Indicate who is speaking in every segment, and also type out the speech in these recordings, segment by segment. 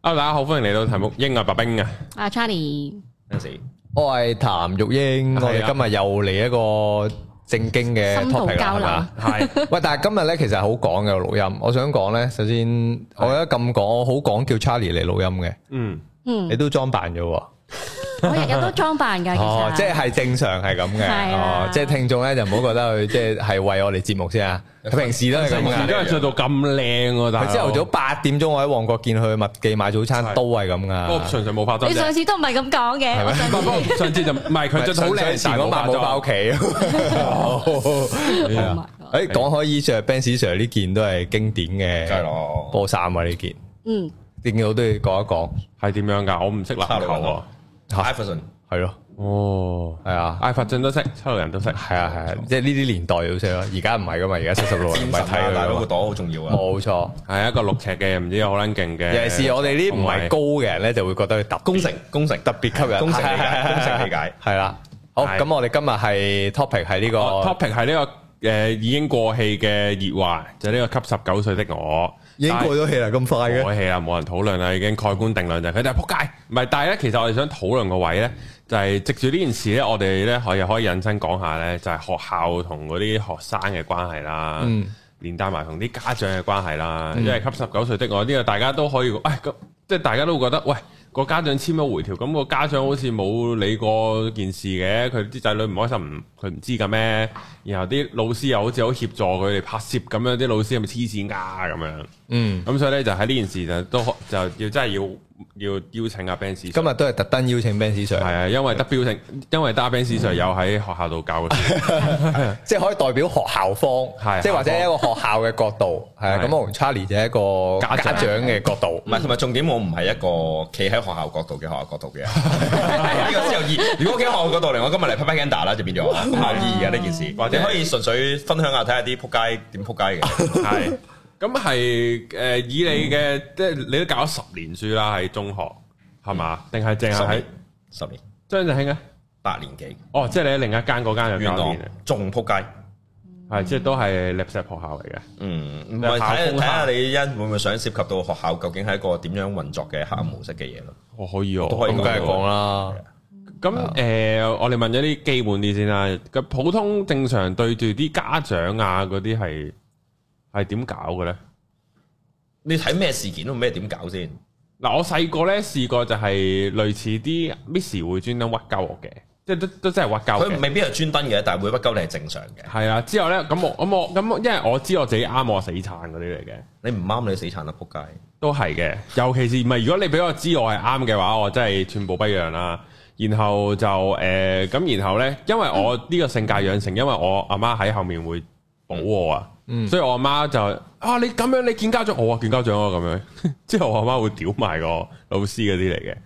Speaker 1: 啊！大家好，歡迎嚟到題目英啊白冰啊，
Speaker 2: 啊，Charlie，
Speaker 1: 嗰 陣時
Speaker 3: 我係譚玉英，
Speaker 1: 係啊
Speaker 3: 我哋今日又嚟一個正經嘅
Speaker 2: 深度
Speaker 3: topic
Speaker 2: 交
Speaker 3: 啦，係
Speaker 2: 流
Speaker 3: 嘛？
Speaker 1: 係
Speaker 3: 喂，但係今日咧其實係好講嘅錄音，我想講咧，首先我覺得咁講，我好講叫 Charlie 嚟錄音嘅，
Speaker 1: 嗯
Speaker 2: 嗯
Speaker 3: 你，都裝扮咗喎，
Speaker 2: 我日日都裝扮噶，其
Speaker 3: 哦
Speaker 2: 實，
Speaker 3: 即係正常係咁嘅，
Speaker 2: 係啊
Speaker 3: 哦，即係聽眾咧就唔好覺得佢即係係為我哋節目先啊，佢平時都係咁
Speaker 1: 平時
Speaker 3: 噶
Speaker 1: 都。係着到咁靚喎，但
Speaker 3: 佢
Speaker 1: 係
Speaker 3: 朝頭早八點鐘，我喺旺角見佢去麥記買早餐
Speaker 1: 係，
Speaker 3: 都係咁噶。
Speaker 1: 我純粹冇化妝
Speaker 2: 你
Speaker 1: 啫
Speaker 2: 上，次都唔係咁講嘅，我上
Speaker 1: 不過上次就唔係佢着得好靚，
Speaker 3: 前
Speaker 1: 但係
Speaker 3: 嗰
Speaker 1: 冇化
Speaker 3: 晚冇翻屋
Speaker 1: 妝。
Speaker 3: 企。
Speaker 2: 次
Speaker 3: 係
Speaker 2: 唔
Speaker 3: 啊誒，講開衣着 Ben Sir 呢件都係經典
Speaker 4: 梗係
Speaker 3: 嘅
Speaker 4: 咯，
Speaker 3: 波衫啊！呢件
Speaker 2: 嗯，
Speaker 3: 呢件我都要講一講，
Speaker 1: 係點樣㗎？我唔識籃球啊。
Speaker 3: 嚇
Speaker 4: Iverson
Speaker 3: 係咯，
Speaker 1: 哦，
Speaker 3: 係啊，
Speaker 1: 艾法陣都識，七路人都識。
Speaker 3: 係啊，係啊，即係呢啲年代要識咯。而家唔係噶嘛，而家七十 六人
Speaker 4: 戰
Speaker 3: 唔
Speaker 4: 神
Speaker 3: 係
Speaker 4: 啊，
Speaker 3: 睇
Speaker 4: 大
Speaker 3: 佢
Speaker 4: 佬個
Speaker 3: 㗎嘛，
Speaker 4: 朵好重要啊，
Speaker 3: 冇錯。
Speaker 1: 係一個六尺嘅，唔知好撚勁嘅。
Speaker 3: 尤其是我哋呢啲唔係高嘅人咧，就會覺得佢特別
Speaker 4: 工程工程
Speaker 3: 特別 吸引，
Speaker 4: 工程理
Speaker 3: 係
Speaker 4: 解，工程理解，
Speaker 3: 係啦。好，
Speaker 1: 係
Speaker 3: 咁我哋今日係 topic 係呢個
Speaker 1: 哦 topic 係呢個誒已經過氣嘅熱話，就係呢個給十九歲的我。
Speaker 3: 咗氣啦，咁快
Speaker 1: 火氣啊，冇人討論啦，已經蓋棺定論就係佢哋係仆街。唔係，但係咧，其實我哋想討論個位咧，就係、藉住呢件事咧，我哋咧可以可以引申講下咧，就係、學校同嗰啲學生嘅關係啦，連帶埋同啲家長嘅關係啦。因為給十九歲的我呢個大家都可以，唉、咁即係大家都會覺得，喂，個家長簽咗回條，咁、個家長好似冇理過件事嘅，佢啲仔女唔開心，唔佢唔知㗎咩？然後啲老師又好似好協助佢哋拍攝咁樣，啲老師係咪黐線㗎咁樣？
Speaker 3: 嗯，
Speaker 1: 咁所以咧就喺呢件事就都可就要真係要要邀請阿 Ben Sir，
Speaker 3: 今日都係特登邀請 Ben Sir
Speaker 1: 係嗯啊，因為得標成，因為得阿 Ben Sir 有喺學校度教書，
Speaker 3: 即係可以代表學校方，
Speaker 1: 係
Speaker 3: 即係或者
Speaker 1: 校
Speaker 3: 一個學校嘅角度，係啊
Speaker 1: 係
Speaker 3: 咁我同 Charlie 就係一個
Speaker 1: 家長
Speaker 3: 家長嘅角度
Speaker 4: 唔， 係同埋重點，我唔係一個企喺學校角度嘅學校角度嘅，呢個先有意義。如果企喺學校角度嚟，我今日嚟 propaganda 啦，就變咗咁有意義嘅呢件事。
Speaker 1: 或
Speaker 4: 或
Speaker 1: 者
Speaker 4: 者可以純粹分享下睇下啲撲街點撲街嘅，
Speaker 1: 係咁係誒以你嘅即係你都教咗十年書啦，喺中學係嘛？定係淨係
Speaker 4: 十
Speaker 1: 喺
Speaker 4: 年十年
Speaker 1: 張振興啊？
Speaker 4: 八年幾，
Speaker 1: 哦，即係你喺另一間嗰間又
Speaker 4: 元
Speaker 1: 教
Speaker 4: 朗
Speaker 1: 年
Speaker 4: 仲撲街。
Speaker 1: 啊，係即係都係立石學校嚟嘅，
Speaker 4: 嗯，唔係睇下睇下你一會唔會想涉及到學校究竟係一個點樣運作嘅黑暗模式嘅嘢咯？
Speaker 1: 我可以哦
Speaker 4: 都可以
Speaker 3: 咁梗係講啦。
Speaker 1: 咁誒、呃我哋問咗啲基本啲先啦。咁普通正常對住啲家長啊嗰啲係係點搞嘅咧？
Speaker 4: 你睇咩事件咯？咩點搞先？
Speaker 1: 嗱，我細個咧試過就係類似啲 Miss 會專登屈鳩我嘅，即係都都真係屈鳩
Speaker 4: 佢
Speaker 1: 嘅。
Speaker 4: 未必係專登嘅，但係會不鳩你係正常嘅。
Speaker 1: 係啊，之後咧咁我咁我咁我，因為我知我自己啱我死撐嗰啲嚟嘅，
Speaker 4: 你唔啱你死撐啦，仆街！
Speaker 1: 都係嘅。尤其是唔係如果你俾我知我係啱嘅話，我真係寸步不讓啦。然後就誒咁、然後咧，因為我呢個性格養成，因為我阿媽喺後面會保我啊，所以我阿媽就啊你咁樣你見家長，我話見家長啊咁樣， 之後我阿媽會屌埋個老師嗰啲嚟嘅。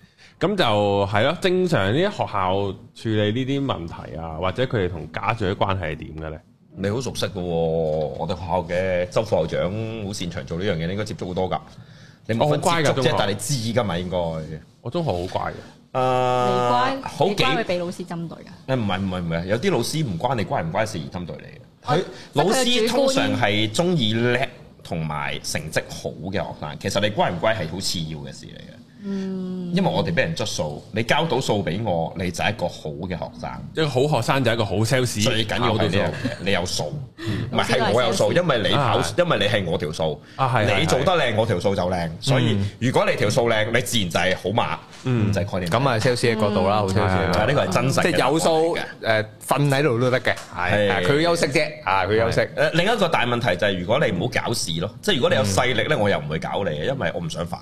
Speaker 1: 咁就係咯，正常呢啲學校處理呢啲問題啊，或者佢哋同家長嘅關係係點嘅咧？
Speaker 4: 你好熟悉嘅喎，我哋學校嘅周副校長好擅長做呢樣嘢，你應該接觸好多㗎。你
Speaker 1: 我
Speaker 4: 冇
Speaker 1: 好
Speaker 4: 分接
Speaker 1: 乖㗎
Speaker 4: 觸
Speaker 1: 中學
Speaker 4: 啫，但係你知㗎嘛應該。誒、
Speaker 1: 我中學好怪嘅，
Speaker 2: 啊你乖，
Speaker 4: 好
Speaker 2: 你
Speaker 4: 幾
Speaker 2: 乖會俾老師針對噶，
Speaker 4: 誒唔係唔係唔係，有啲老師唔關你乖唔乖事而針對你嘅。佢
Speaker 2: 我
Speaker 4: 老
Speaker 2: 即係佢
Speaker 4: 師
Speaker 2: 主
Speaker 4: 通
Speaker 2: 觀
Speaker 4: 常係中意叻同埋成績好嘅學生，其實你乖唔乖係好次要嘅事嚟嘅。嗯，因為我哋俾人捽數，你交到數俾我，你就係一個好嘅學生。
Speaker 1: 一個好學生就係一個好 sales，
Speaker 4: 最緊要
Speaker 1: 考
Speaker 4: 係
Speaker 1: 到數
Speaker 4: 呢樣嘢，你有數，
Speaker 2: 老師都係
Speaker 4: 唔係係我有數，
Speaker 2: sales
Speaker 4: 因為你考
Speaker 1: 啊，
Speaker 4: 因為你係我條數
Speaker 1: 啊係，係
Speaker 4: 你做得靚，我條數就靚。所以如果你條數靚，你自然就係好馬，嗯，就係概念。
Speaker 3: 咁啊，sales 嘅角度啦，好 sales
Speaker 4: 嗯係
Speaker 3: 啦
Speaker 4: 啊呢個係真實嘅
Speaker 3: 即係有
Speaker 4: 答案
Speaker 3: 數
Speaker 4: 嚟嘅
Speaker 3: 誒，瞓喺度都得嘅，係
Speaker 4: 係
Speaker 3: 啊佢休息啫，啊，佢休息。
Speaker 4: 誒，另一個大問題就係如果你唔好搞事咯，即係如果你有勢力咧，我又唔會搞你嘅，因為我唔想煩。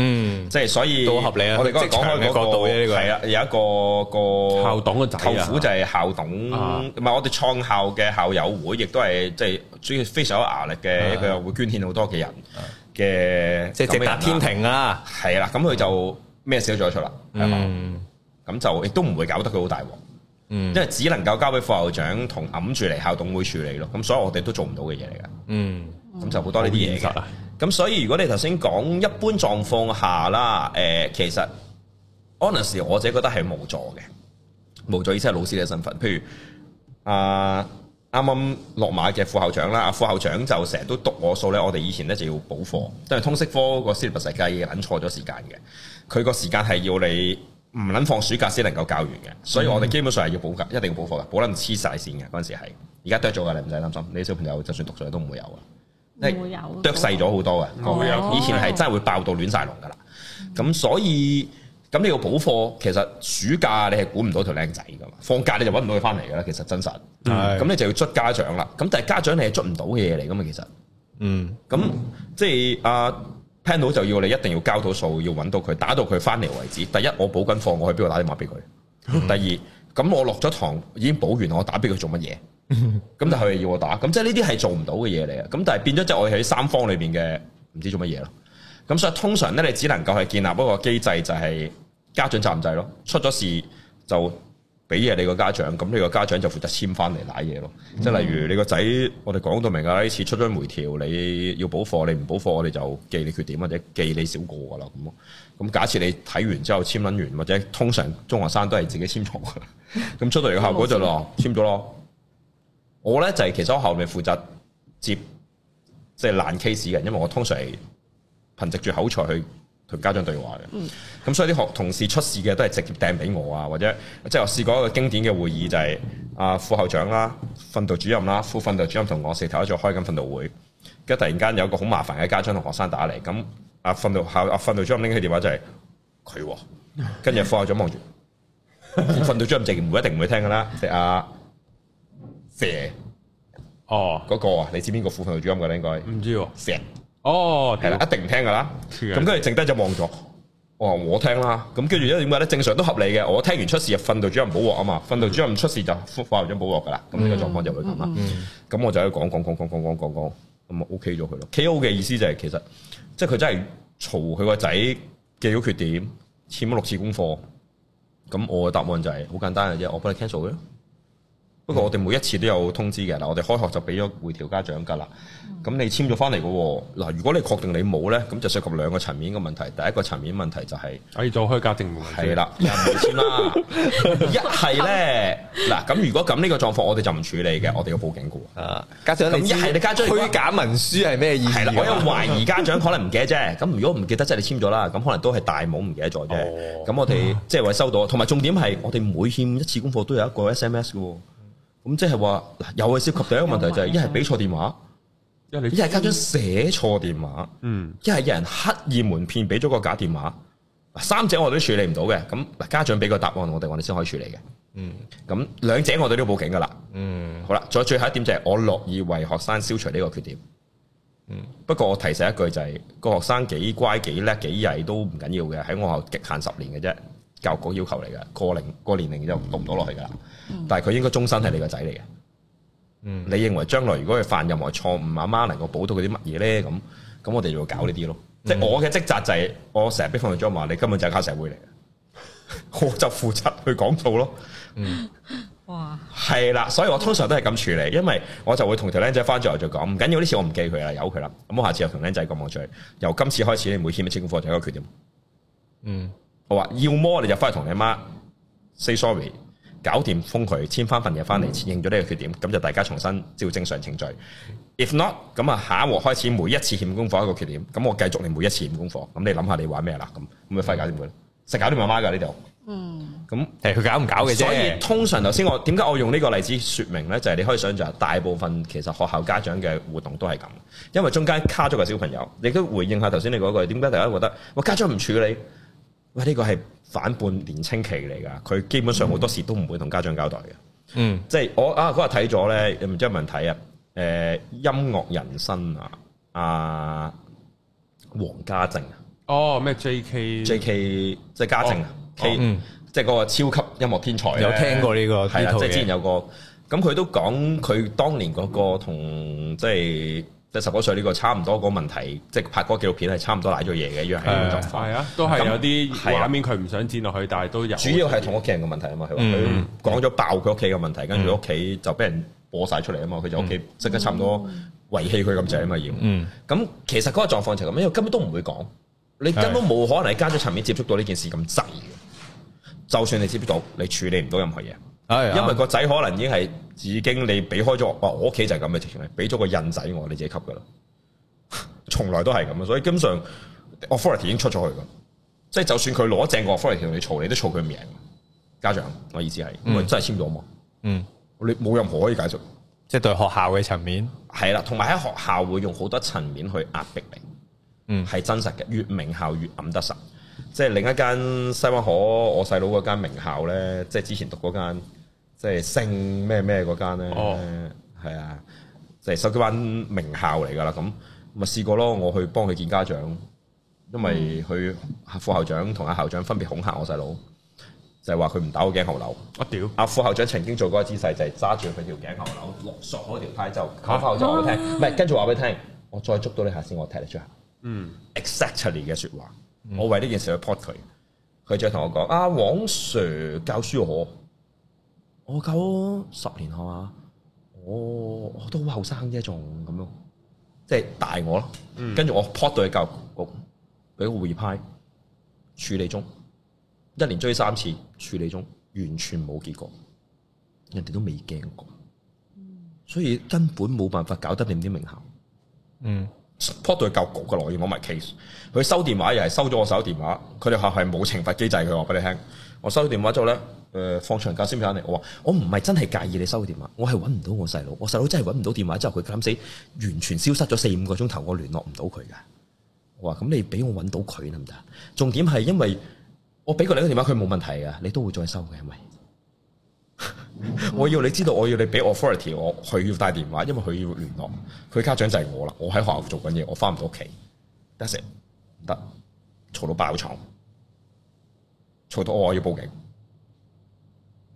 Speaker 3: 嗯，
Speaker 4: 即係所以
Speaker 3: 都合理啊
Speaker 4: 我哋嗰日
Speaker 3: 職場
Speaker 4: 講開
Speaker 3: 嘅
Speaker 4: 嗰
Speaker 3: 角度
Speaker 4: 個
Speaker 3: 啫呢個係
Speaker 4: 係啊，有一個個
Speaker 1: 校董個仔啊
Speaker 4: 舅父就係校董，
Speaker 1: 啊
Speaker 4: 唔係我哋創校嘅校友會，亦都係即係主要非常有壓力嘅一個會捐獻好多嘅人嘅，
Speaker 3: 啊
Speaker 4: 啊
Speaker 3: 即係直達天。庭啦。
Speaker 4: 係啦，咁佢就咩事都做得出啦，係嘛？
Speaker 3: 嗯
Speaker 4: 咁就亦都唔會搞得佢好大鑊，因
Speaker 3: 嗯
Speaker 4: 為只能夠交俾副校長同揞住嚟校董會處理咯。咁所以我哋都做唔到嘅嘢嚟㗎。
Speaker 3: 嗯
Speaker 4: 咁就好多呢啲嘢
Speaker 1: 好現實
Speaker 4: 嘅
Speaker 1: 啊。
Speaker 4: 咁所以如果你頭先講一般狀況下啦，誒、其實 honestly 我自己覺得係無助嘅，無助意思係老師嘅身份。譬如啊、啱啱落馬嘅副校長啦，阿啊副校長就成日都讀我數咧。我哋以前咧就要補課，因為通識科個 syllabus 係計撚錯咗時間嘅，佢個時間係要你唔撚放暑假先能夠教完嘅，所以我哋
Speaker 1: 嗯
Speaker 4: 基本上係要補㗎，一定要補課嘅，補撚黐晒線嘅嗰陣時係。而家剁咗㗎，你唔使擔心，你小朋友就算讀上去都唔會有啊。
Speaker 2: 唔會有
Speaker 4: 剁細咗好多哦嘅，啊
Speaker 1: 唔會有
Speaker 4: 以前係真係會爆到亂晒龍㗎啦。咁所以咁你要補課，其實暑假你係估唔到條靚仔㗎嘛，放假你就揾唔到佢翻嚟㗎啦。其實真實，
Speaker 3: 係
Speaker 4: 咁你就要捽家長啦。咁但係家長你係捽唔到嘅嘢嚟㗎嘛，其實。
Speaker 3: 嗯，
Speaker 4: 咁即係阿 Pan 佬就要你一定要交到數，要揾到佢，打到佢翻嚟為止。第一，我補緊課，我去邊度打電話俾佢？第二，咁我落咗堂已經補完，我打俾佢做乜嘢？咁但係佢又要我打，咁即係呢啲係做唔到嘅嘢嚟嘅。咁但係變咗即係我哋喺三方裏邊嘅唔知做乜嘢咯。咁所以通常咧，你只能夠係建立一個機制，就係家長責任制咯。出咗事就俾嘢你個家長，咁你個家長就負責簽翻嚟攋嘢咯。即係例如你個仔，我哋講到明㗎啦，呢次出咗梅條，你要補課，你唔補課，我哋就記你缺點或者記你少過㗎啦。咁咯咁假設你睇完之後簽撚完，或者通常中學生都係自己簽錯㗎啦。咁出到嚟嘅效果就咯，簽咗咯。我咧就係、其實我後面負責接即係爛 case 嘅人，因為我通常係憑藉住口才去同家長對話嘅。咁、所以啲學同事出事嘅都係直接掟俾我啊，或者即係我試過一個經典嘅會議就係、啊副校長啦、訓導主任啦、副訓導主任同我四頭一組開緊訓導會，跟住突然間有一個好麻煩嘅家長同學生打嚟，咁啊訓導校啊訓導主任拎起電話就係佢喎，跟住副校長望住，副訓導主任直唔會一定唔會聽噶啦，即係啊阿謝。
Speaker 1: 哦，
Speaker 4: 嗰個啊，你知邊個副訓導主任㗎啦？應該
Speaker 1: 唔知喎，
Speaker 4: 石
Speaker 1: 哦，
Speaker 4: 係啦，一定唔聽㗎啦。
Speaker 1: 黐
Speaker 4: 咁
Speaker 1: 線
Speaker 4: 跟住剩低就望咗，我話我聽啦。咁跟住因為點解咧？正常都合理嘅。我聽完出事就訓導主任補鑊啊嘛，訓導主任出事就副校長補鑊㗎啦。咁呢個狀況就會咁啦。咁我就喺度講講講講講講講講，咁啊 OK 咗佢咯。K.O. 嘅意思就係其實即係佢真係嘈佢個仔記咗缺點，欠咗六次功課。咁我嘅答案就係好簡單嘅啫，我幫你 cancel 佢咯。不過我哋每一次都有通知嘅嗱，我哋開學就俾咗回調家長㗎啦。咁你簽咗翻嚟嘅喎嗱，如果你確定你冇咧，咁就涉及兩個層面嘅問題。第一個層面問題就係
Speaker 1: 我要做開家政門先
Speaker 4: 係，啦，又唔會簽 啦。一係咧嗱，咁如果咁呢個狀況，我哋就唔處理嘅，我哋要報警嘅喎。
Speaker 3: 啊，家長
Speaker 4: 咁
Speaker 3: 你
Speaker 4: 一係你家長如果
Speaker 3: 虛假文書係咩意思？啊
Speaker 4: 係啦，我又懷疑家長可能唔記得啫。咁如果唔記得，即係你簽咗啦。咁可能都係大帽唔記得咗啫。
Speaker 1: 哦
Speaker 4: 咁、我哋即係話收到，同埋重點係我哋每欠一次功課都有一個 SMS 嘅喎。咁即係話嗱，又係涉及第一個問題就係一係俾錯電話，
Speaker 1: 因為
Speaker 4: 一
Speaker 1: 你
Speaker 4: 係家長寫錯電話，
Speaker 1: 嗯
Speaker 4: 一係有人刻意瞞騙俾咗個假電話。嗱三者我哋都處理唔到嘅。咁嗱，家長俾個答案我哋，我哋先可以處理嘅。嗯，咁兩者我哋都要報警噶啦。
Speaker 3: 嗯，
Speaker 4: 好啦，再最後一點就係我樂意為學生消除呢個缺點。嗯，不過我提醒一句就係、個學生幾乖幾叻幾曳都唔緊要嘅，喺我校極限十年嘅啫，教育局要求嚟嘅，過齡過年齡就讀唔到落去噶啦。但係佢應該終身係你個仔嚟嘅。嗯，你認為將來如果佢犯任何錯誤，阿媽能夠補到佢啲乜嘢咧？咁咁我哋就要搞呢啲咯。即係我嘅職責就係、我成日逼訓導長話你根本就係黑社會嚟嘅， 我就負責去講數咯。
Speaker 2: 哇，
Speaker 4: 係啦，所以我通常都係咁處理，因為我就會同條僆仔翻轉頭就講，唔緊要，呢次我唔記佢啦，由佢啦。咁我下次又同僆仔講我最，由今次開始你每欠一次功課就有一個缺點。
Speaker 3: 嗯，
Speaker 4: 我話要麼你就翻去同你媽 say sorry，搞掂封佢，簽翻份嘢翻嚟，認咗呢個缺點，咁就大家重新照正常程序。If not，咁啊下一鑊開始每一次欠功課一個缺點，咁我繼續你每一次欠功課，咁你諗下你玩咩啦？咁咁咪快搞掂佢咯，實搞掂媽媽㗎呢度。
Speaker 2: 嗯，
Speaker 4: 咁
Speaker 3: 係佢搞唔搞嘅
Speaker 4: 所以
Speaker 3: 啫。
Speaker 4: 通常頭先我點解我用呢個例子說明呢？就係、你可以想象大部分其實學校家長嘅活動都係咁，因為中間卡咗個小朋友。你都回應下頭先你嗰句，點解大家覺得喂家長唔處理？喂呢個係反叛年青期嚟㗎，佢基本上好多時都唔會同家長交代嘅。
Speaker 3: 嗯，
Speaker 4: 即係我啊嗰日睇咗咧，唔知有冇人睇啊？誒、音樂人生啊，啊黃家正啊
Speaker 1: 哦咩 J.K.
Speaker 4: ，J.K. 即係家正啊
Speaker 1: 哦
Speaker 4: ，K、
Speaker 3: 嗯
Speaker 4: 即係嗰個超級音樂天才呢
Speaker 3: 有聽過呢個
Speaker 4: 係
Speaker 3: 呢
Speaker 4: 啦，
Speaker 3: 套
Speaker 4: 即係之前
Speaker 3: 嘢。
Speaker 4: 有個咁，佢都講佢當年嗰個同即係即係十九歲呢個差唔多個問題，即係拍嗰個紀錄片係差唔多賴咗嘢嘅一樣係呢個狀況。
Speaker 1: 係啊，都係
Speaker 4: 咁
Speaker 1: 有啲
Speaker 4: 係啊
Speaker 1: 畫面佢唔想剪落去，但係都有。
Speaker 4: 主要係同屋企人嘅問題啊嘛，佢話佢
Speaker 3: 嗯
Speaker 4: 講咗爆佢屋企嘅問題，跟住佢屋企就俾人播晒出嚟啊嘛，佢就屋企即刻差唔多遺棄佢咁滯啊嘛要。
Speaker 3: 嗯，
Speaker 4: 咁其實嗰個狀況就係咁，因為根本都唔會講，你根本冇可能喺家長層面接觸到呢件事咁滯嘅。就算你接觸到，你處理唔到任何嘢。
Speaker 3: 係啊
Speaker 4: 因為個仔可能已經係已經你俾開咗我，哇我屋企就係咁嘅直情係俾咗個印仔我，你自己吸噶啦， 從來都係咁啊！所以基本上 authority 已經出咗去噶，即係就算佢攞正個 authority 同你嘈，你都嘈佢唔贏。家長，我意思係，咁佢真係簽咗啊嘛？
Speaker 3: 嗯，
Speaker 4: 你冇任何可以解釋。
Speaker 3: 即係對學校嘅層面，
Speaker 4: 係啦，同埋喺學校會用好多層面去壓迫你，
Speaker 3: 嗯
Speaker 4: 係真實嘅，越名校越揞得實。即係另一間西灣河，我細佬嗰間名校咧，即係之前讀嗰間，即係星咩咩嗰間咧，
Speaker 1: 哦
Speaker 4: 係啊、就係筲箕灣名校嚟㗎啦。咁咪試過咯，我去幫佢見家長，因為佢副校長同阿校長分別恐嚇我細佬，就係話佢唔打我頸後瘤。
Speaker 1: 我屌，
Speaker 4: 阿副校長曾經做過一個姿勢，就係揸住佢條頸後扭，落索嗰條呔就靠副校長話俾我聽，唔係跟住話俾你聽，我再捉到你下先，我踢你出下。
Speaker 1: 嗯，
Speaker 4: exactly 嘅説話，我為呢件事去 p o t 佢，佢就同我講：啊，黃 Sir 教書我，我教咗十年係嘛？我我都好後生啫，仲咁咯，即係大我咯。跟住我 p o t 到去教育局，俾個會議派處理中，一年追三次處理中，完全冇結果，人哋都未驚過，所以根本冇辦法搞得掂啲名校。
Speaker 3: 嗯
Speaker 4: support 到佢教育局嘅來源講埋 case，佢收電話又係收咗我手電話，佢哋學校係冇懲罰機制，佢話俾你聽。我收咗電話之後咧，誒、放長假先翻嚟，我話我唔係真係介意你收電話，我係揾唔到我細佬，我細佬真係揾唔到電話之後，佢咁死完全消失咗四五個鐘頭，我聯絡唔到佢㗎。我話咁你俾我揾到佢得唔得？重點係因為我俾過你個電話，佢冇問題㗎，你都會再收嘅，係咪？ 我要你知道，我要你俾 authority，我佢要帶電話，因為佢要聯絡佢家長就係我啦。我喺學校做緊嘢，我翻唔到屋企，that's it，唔得，嘈到爆廠，嘈到我話要報警。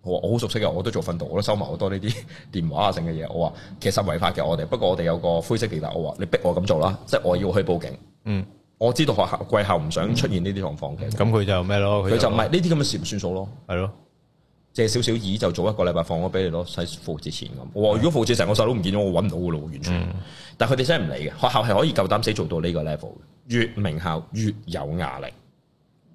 Speaker 4: 我話我好熟悉嘅，我都做訓導，我都收埋好多呢啲電話啊剩嘅嘢。我話其實違法嘅，我哋不過我哋有個灰色地帶。我話你逼我咁做啦，即係我要去報警。
Speaker 3: 嗯，
Speaker 4: 我知道學校貴校唔想出現呢啲狀況嘅，
Speaker 3: 咁佢就咩咯？
Speaker 4: 佢就唔係呢啲咁嘅事唔算數咯。
Speaker 3: 係咯，
Speaker 4: 借少少耳就做一個禮拜放咗俾你咯，使復節前咁。我話如果復節成個細佬唔見咗，我揾唔到噶咯，完全。但係佢哋真係唔理嘅，學校係可以夠膽死做到呢個 level 嘅，越名校越有壓力。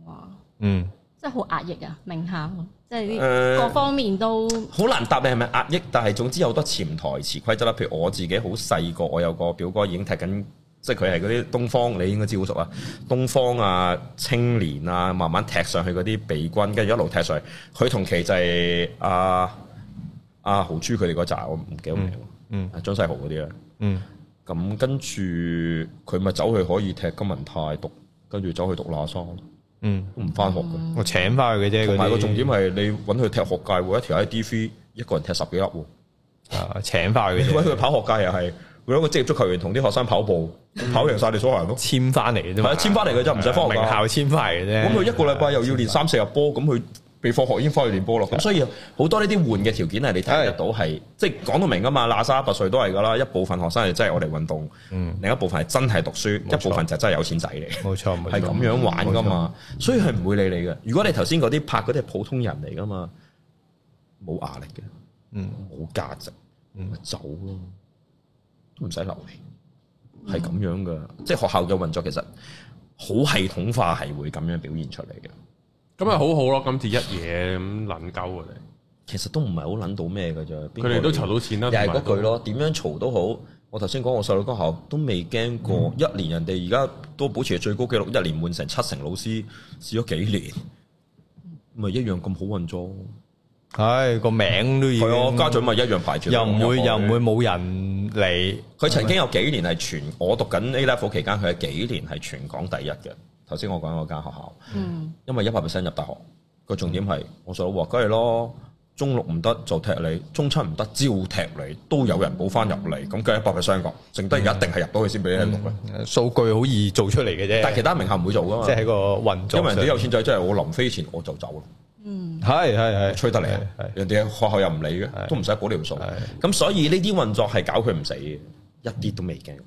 Speaker 2: 哇，
Speaker 3: 嗯
Speaker 2: 真係好壓抑啊！名校即係
Speaker 4: 誒
Speaker 2: 啲各方面都
Speaker 4: 好難答你係咪壓抑，但係總之有好多潛台詞規則啦。譬如我自己好細個，我有個表哥已經踢緊，即係佢係嗰啲東方，你應該知好熟啊。東方啊、青年啊，慢慢踢上去嗰啲備軍，跟住一路踢上去。佢同期就係阿阿豪珠佢哋嗰扎，我唔記得名喎。
Speaker 3: 嗯
Speaker 4: 啊，張世豪嗰啲啦。
Speaker 3: 嗯
Speaker 4: 咁跟住佢咪走去可以踢金文泰讀，跟住走去讀喇沙，
Speaker 3: 嗯，
Speaker 4: 都唔翻學嘅。
Speaker 3: 我請翻佢嘅啫，
Speaker 4: 同埋個重點
Speaker 3: 係
Speaker 4: 係你揾佢踢學界喎，一條喺 D3 一個人踢十幾粒喎。
Speaker 3: 啊請翻佢
Speaker 4: 你
Speaker 3: 嘅
Speaker 4: 揾佢
Speaker 3: 啫，
Speaker 4: 跑學界又係，佢一個職業足球員同啲學生跑步，跑贏晒你所有人咯。
Speaker 3: 簽翻嚟嘅啫嘛，
Speaker 4: 係啊簽返嚟嘅啫唔使返學㗎
Speaker 3: 名校簽翻嚟嘅啫。
Speaker 4: 咁佢一個禮拜又要練三四日波，咁佢被放學已經翻去練波咯。咁所以好多呢啲換嘅條件係你睇得到係，即係講到明噶嘛。喇沙拔萃都係噶啦，一部分學生係真係我哋運動，另一部分係真係讀書，
Speaker 3: 冇錯
Speaker 4: 一部分就真係有錢仔嚟。
Speaker 3: 冇錯冇錯，
Speaker 4: 係咁樣玩噶嘛，所以係唔會理你嘅。如果你頭先嗰啲拍嗰啲係普通人嚟噶嘛，冇壓力嘅，
Speaker 3: 嗯，
Speaker 4: 冇價值，咪走咯，都唔使留你，係咁樣噶。即係學校嘅運作其實好系統化，係會咁樣表現出嚟嘅。
Speaker 1: 咁咪好好咯，今次一嘢咁撚鳩佢哋，
Speaker 4: 其實都唔係好撚到咩嘅啫，邊個
Speaker 1: 佢哋都籌到錢啦，
Speaker 4: 又係嗰句
Speaker 1: 同埋都，
Speaker 4: 咯，點樣嘈都好。我頭先講我細佬嗰校都未驚過，一年人哋而家都保持最高紀錄，一年換成七成老師，試咗幾年，咪一樣咁好運作。
Speaker 3: 唉個名都已經
Speaker 4: 係啊，家長咪一樣排住。
Speaker 3: 嗯又唔會又唔會。冇人嚟，
Speaker 4: 佢曾經有幾年係全我讀緊 A level 期間，佢係幾年係全港第一嘅。頭先我講嗰間學校，
Speaker 2: 嗯
Speaker 4: 因為一百 percent 入大學，個重點係我細佬話：梗係咯，中六唔得就踢你，中七唔得照踢你，都有人補翻入嚟，咁梗係一百 percent 個，剩低而家一定係入到去先俾你讀嘅。
Speaker 3: 嗯數據好易做出嚟嘅啫，
Speaker 4: 但係其他名校唔會做噶嘛
Speaker 3: 即，係喺個運作上，
Speaker 4: 因為人哋有錢仔，真係我臨飛前我就走咯，
Speaker 2: 嗯，
Speaker 3: 係係係
Speaker 4: 吹得嚟啊
Speaker 3: 係係，
Speaker 4: 人哋學校又唔理嘅，
Speaker 3: 係
Speaker 4: 都唔使補條數
Speaker 3: 係。
Speaker 4: 咁所以呢啲運作係搞佢唔死嘅，一啲都未驚過。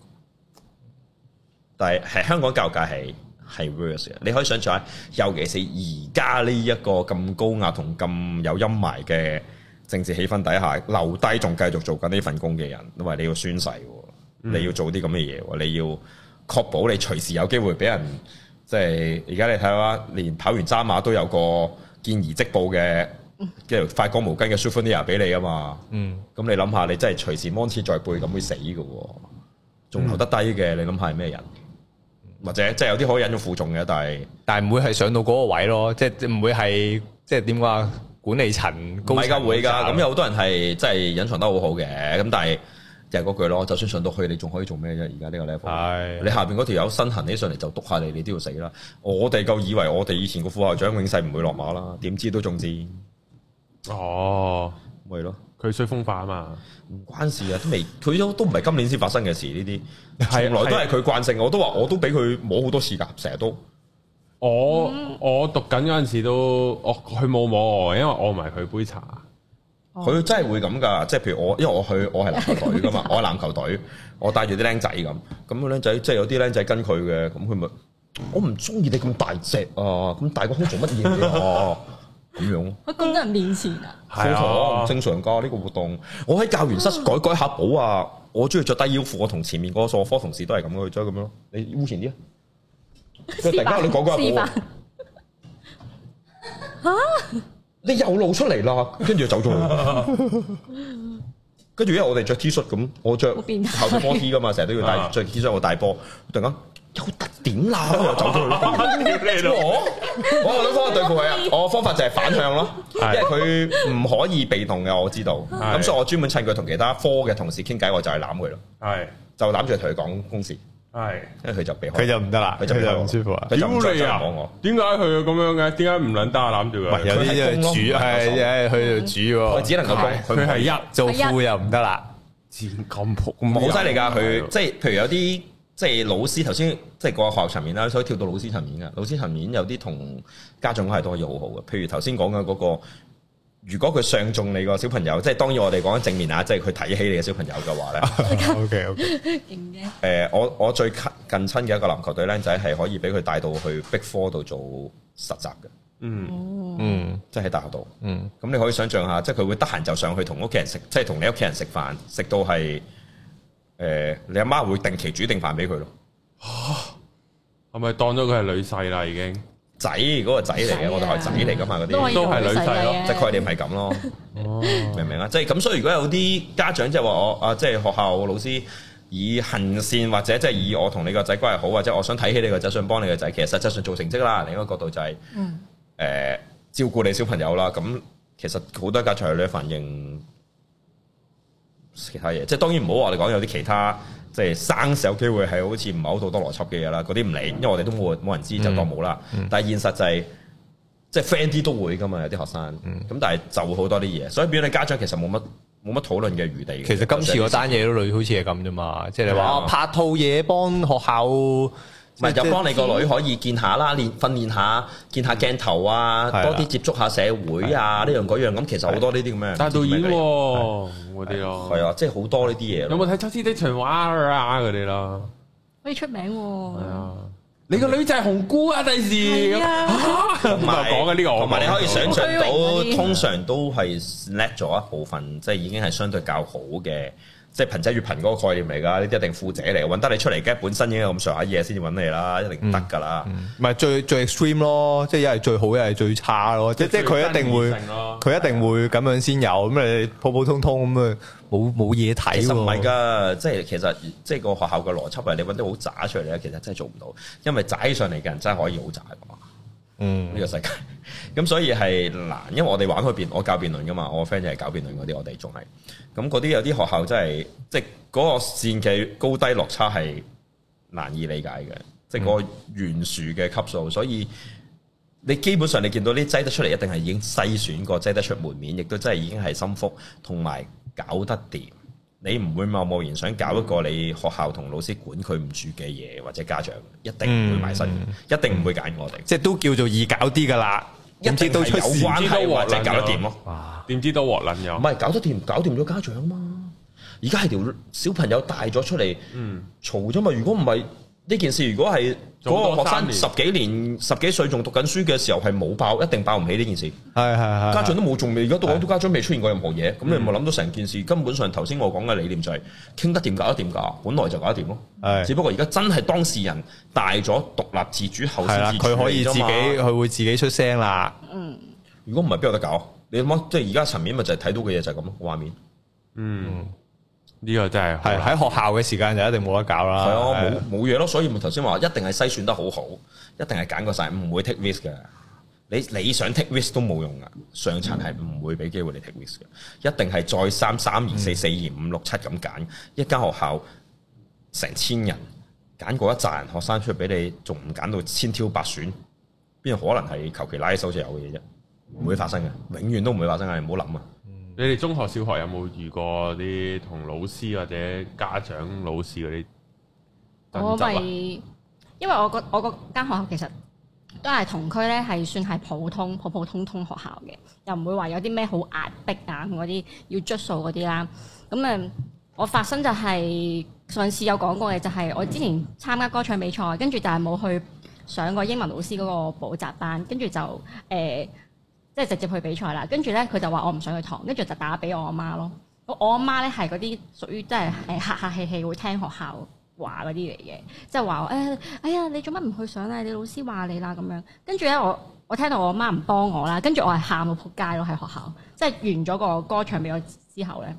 Speaker 4: 但係係香港教育界係係 worse 嘅，你可以想象下，尤其是而家呢一個咁高壓同咁有陰霾嘅政治氣氛底下，留低仲繼續做緊呢份工嘅人，因為你要宣誓喎，你要做啲咁嘅嘢喎，你要確保你隨時有機會俾人即係而家你睇下，連跑完渣馬都有個見而即報嘅即係發光毛巾嘅 souvenir 俾你啊嘛。
Speaker 3: 嗯，
Speaker 4: 咁你諗下，你真係隨時 mon 在背咁會死嘅喎，仲留得低嘅，你諗下係咩人？或者即係有啲可以忍咗負重嘅，但係
Speaker 3: 但係唔會係上到嗰個位咯，即係唔會係即係點講啊？管理層
Speaker 4: 唔
Speaker 3: 高
Speaker 4: 係㗎
Speaker 3: 層
Speaker 4: 會㗎。
Speaker 3: 嗰
Speaker 4: 咁
Speaker 3: 扎
Speaker 4: 有好多人係真係隱藏得好好嘅，咁但係就係嗰句咯，就算上到去你仲可以做咩啫？而家呢個 level。
Speaker 3: 係
Speaker 4: 你下邊嗰條友身痕起上嚟就督下你，你都要死啦！我哋夠以為我哋以前個副校長永世唔會落馬啦，點知都中箭，
Speaker 1: 哦，
Speaker 4: 咪係咯，
Speaker 1: 佢衰風化啊嘛，
Speaker 4: 唔關事啊，都未，佢都都唔係今年先發生嘅事呢啲，
Speaker 1: 係
Speaker 4: 從來都係佢慣性，我都話我都俾佢摸好多次㗎，成日都。
Speaker 1: 我我讀緊嗰陣時都，我佢冇摸我，因為我唔係佢杯茶。
Speaker 2: 哦
Speaker 4: 佢真係會咁噶，即係譬如我，因為我去我係籃球隊噶嘛，我係籃球隊，我帶住啲僆仔咁，咁個僆仔即係有啲僆仔跟佢嘅，咁佢咪我唔中意你咁大隻啊，咁大個胸做乜嘢啊？咁樣咯，
Speaker 2: 喺咁多人面前啊，
Speaker 1: 係啊
Speaker 4: 唔正常噶呢、個活動。我喺教員室改改下簿啊，我中意着低腰褲，我同前面嗰個數學科同事都係咁嘅，佢着咁樣咯。你污前啲啊！即係突然間你講嗰
Speaker 2: 示
Speaker 4: 一步
Speaker 2: 範
Speaker 4: 啊，你又露出嚟啦，跟 住就走咗。跟住因為我哋着 T 恤咁，我着
Speaker 2: 好變態
Speaker 4: 校隊波 T 噶嘛，成日都要
Speaker 1: 啊
Speaker 4: 帶着 T 恤，我大波，突然間有特點啦，跟住就走咗去。 我我有方法對付佢啊！我方法就係反向咯，因
Speaker 1: 係
Speaker 4: 為佢唔可以被動嘅，我知道。
Speaker 1: 係
Speaker 4: 咁所以我專門趁佢同其他科嘅同事傾偈，我就係攬佢咯，
Speaker 1: 係
Speaker 4: 就攬住佢同佢講公事，
Speaker 1: 係。
Speaker 4: 因為佢就避開。
Speaker 3: 佢就唔得啦，
Speaker 4: 佢
Speaker 3: 佢
Speaker 4: 就唔得
Speaker 3: 就唔舒服啦。
Speaker 4: 佢就
Speaker 1: 屌
Speaker 4: 唔想
Speaker 1: 你
Speaker 4: 再
Speaker 1: 啊
Speaker 4: 講我！
Speaker 1: 點解佢咁樣嘅？點解唔撚得啊？攬住
Speaker 3: 喂有
Speaker 1: 佢？
Speaker 3: 啲即係主係
Speaker 4: 佢係公咯
Speaker 3: 係去到
Speaker 4: 佢
Speaker 3: 主喎，
Speaker 4: 只能夠講
Speaker 1: 佢係一
Speaker 3: 做副又唔得啦。
Speaker 1: 戰咁仆，
Speaker 4: 唔好犀利㗎，佢即係譬如有啲即係老師頭先即係個學校層面啦，所以跳到老師層面㗎。老師層面有啲同家長關係都可以好好嘅，譬如頭先講嘅嗰個。如果佢上中你個小朋友，即係當然我哋講緊正面啊，即係佢睇起你嘅小朋友嘅話咧，
Speaker 3: O K O K，
Speaker 2: 勁啫，
Speaker 4: 誒、我我最近近親嘅一個籃球隊僆仔係可以俾佢帶到去 Big Four 度做實習嘅，
Speaker 1: 嗯
Speaker 2: 哦，
Speaker 3: 嗯
Speaker 4: 即係喺大學度。
Speaker 3: 嗯，
Speaker 4: 咁你可以想象下，即係佢會得閒就上去同屋企人食，即係同你屋企人食飯，食到係誒、你阿媽會定期煮定飯俾佢咯。
Speaker 1: 係咪當咗佢係女婿啦？已經
Speaker 4: 仔嗰、個仔嚟嘅，我哋係仔嚟噶嘛嗰
Speaker 2: 啊都可以
Speaker 4: 啲，
Speaker 1: 都係女
Speaker 2: 做
Speaker 1: 婿
Speaker 2: 細啊
Speaker 1: 咯
Speaker 2: 嘅
Speaker 4: 即係概念係咁咯，
Speaker 1: 哦，
Speaker 4: 明唔明啊？即係咁，所以如果有啲家長即係話我啊，即係學校老師。以行善或者即係以我同你個仔關係好，或者我想睇起你個仔，想幫你個仔，其實實質上做成績啦。另一個角度就係、
Speaker 2: 嗯，
Speaker 4: 誒、照顧你小朋友啦。咁其實好多家長有呢反應其他嘢，即係當然唔好話我哋講有啲其他即係生死有機會係好似唔係好道德邏輯嘅嘢啦。嗰啲唔理，因為我哋都冇冇人知就當冇啦。但係現實就係、即係 friend 啲都會噶嘛，有啲學生咁，但係就會好多啲嘢，所以變咗你家長其實冇乜冇乜討論嘅餘地嘅。
Speaker 3: 其實今次嗰單嘢都類好似係咁啫嘛，即係你話
Speaker 4: 係啊
Speaker 3: 啊拍套嘢幫學校，唔
Speaker 4: 唔係就幫你個女可以見下啦，練訓練下，見下鏡頭啊，
Speaker 3: 係啦
Speaker 4: 多啲接觸下社會啊，呢樣嗰樣咁，其實好多呢啲咁嘅。
Speaker 1: 但係導演
Speaker 4: 係
Speaker 1: 喎嗰啲咯，
Speaker 4: 係啊，即係好多呢啲嘢
Speaker 1: 有
Speaker 4: 咯。
Speaker 1: 冇睇《秋之的情話》啊嗰啲啦？
Speaker 2: 可以出名
Speaker 1: 係
Speaker 2: 喎，
Speaker 1: 啊，你個女仔係紅姑啊，第時
Speaker 2: 係啊
Speaker 1: 嚇唔係講嘅呢個，
Speaker 4: 同埋你可以想象
Speaker 2: 虛榮嗰
Speaker 4: 到，
Speaker 2: 啲
Speaker 4: 通常都係叻咗一部分，即係已經係相對較好嘅，即係貧者越貧嗰個概念嚟㗎。呢啲一定富者嚟，揾得你出嚟，梗係本身已經有咁上下嘢先至揾你啦，一定得㗎啦。
Speaker 3: 係最最 extreme 咯，即係一係最好，一係最差咯，即即係佢一定會，佢一定會咁樣先有，咁你普普通通咁啊，冇冇嘢睇
Speaker 4: 其實唔係
Speaker 3: 喎。
Speaker 4: 㗎，即係其實即係個學校嘅邏輯係你揾啲好渣出嚟咧，其實真係做唔到，因為渣起上嚟嘅人真係可以好渣㗎嘛。
Speaker 3: 嗯
Speaker 4: 呢個世界。咁所以係難，因為我哋玩開辯，我教辯論噶嘛，我 friend 就係搞辯論嗰啲，我哋仲係咁嗰啲有啲學校真係，即係嗰個線嘅高低落差係難以理解嘅，即係嗰個懸殊嘅級數，所以。你基本上你見到呢擠得出嚟，一定係已經篩選過，擠得出門面，亦都真係已經係心腹，同埋搞得掂。你唔會貿貿然想搞一個你學校同老師管佢唔住嘅嘢，或者家長一定唔會埋身，一定唔會揀我哋。
Speaker 3: 即係都叫做易搞啲噶啦，
Speaker 4: 一
Speaker 3: 點知
Speaker 4: 定
Speaker 3: 都
Speaker 4: 都
Speaker 3: 出
Speaker 4: 有
Speaker 3: 事。
Speaker 4: 關係或者搞得掂咯。嗯
Speaker 3: 哇！
Speaker 1: 點知都鑊撚有
Speaker 3: 哦
Speaker 4: 唔。係搞得掂，搞掂咗家長嘛。而家係條小朋友大咗出嚟，
Speaker 1: 嗯
Speaker 4: 嘈啫嘛。如果唔係呢件事，如果係嗰
Speaker 1: 仲多
Speaker 4: 個學
Speaker 1: 三
Speaker 4: 生
Speaker 1: 年
Speaker 4: 十幾年、十幾歲仲讀緊書嘅時候係冇爆，一定爆唔起呢件事。
Speaker 3: 係啊係係，嗯
Speaker 4: 家長都冇仲未，而家到講到家長未出現過任何嘢，咁你咪諗到成件事根本上頭先我講嘅理念就係傾得掂搞得掂㗎，本來就搞得掂咯。
Speaker 3: 係
Speaker 4: 只不過而家真係當事人大咗，獨立自主後
Speaker 3: 係
Speaker 4: 先
Speaker 3: 啦，
Speaker 4: 至
Speaker 3: 佢可
Speaker 4: 處
Speaker 3: 以
Speaker 4: 理
Speaker 3: 自
Speaker 4: 啫
Speaker 3: 己，
Speaker 4: 嘛
Speaker 3: 佢會自己出聲啦。
Speaker 2: 嗯，
Speaker 4: 如果唔係邊有得搞？你諗下即係而家層面咪就係睇到嘅嘢就係咁咯，畫面
Speaker 1: 嗯，呢個真係
Speaker 3: 系
Speaker 1: 好啊難
Speaker 3: 喺學校嘅時間就一定冇得搞啦。
Speaker 4: 係啊，冇冇嘢咯。所以咪頭先話一定係篩選得好好，一定係揀過晒，唔會 take risk 嘅。你你想 take risk 都冇用噶，上層係唔會俾機會你 take risk 嘅，一定係再三三二四四二五六七咁揀。一間學校成千人揀過一紮人學生出嚟俾你，仲唔揀到千挑百選？邊有可能係求其拉起手就有嘅嘢啫？唔會發生嘅，永遠都唔會發生嘅，你唔好諗啊！
Speaker 1: 你哋中學、小學有冇遇過啲同老師或者家長、老師嗰啲爭
Speaker 2: 我
Speaker 1: 執啊？
Speaker 2: 咪因為我個我個間學校其實都係同區咧，係算係普通普普通通學校嘅，又唔會話有啲咩好壓迫啊嗰啲要捽數嗰啲啦。咁誒，我發生就係、上次有講過嘅，就係我之前參加歌唱比賽，跟住但係冇去上過英文老師嗰個補習班，跟住就誒、呃即係直接去比賽啦。跟住咧佢就話我唔上佢堂，跟住就打俾我阿媽咯。我我阿媽咧係嗰啲屬於真係誒客客氣氣會聽學校話嗰啲嚟嘅，即係話我誒哎呀你做乜唔去上啊？你老師話你啦咁樣。跟住咧我我聽到我阿媽唔幫我啦，跟住我係喊到仆街咯喺學校，即係完咗個歌唱俾我之後咧，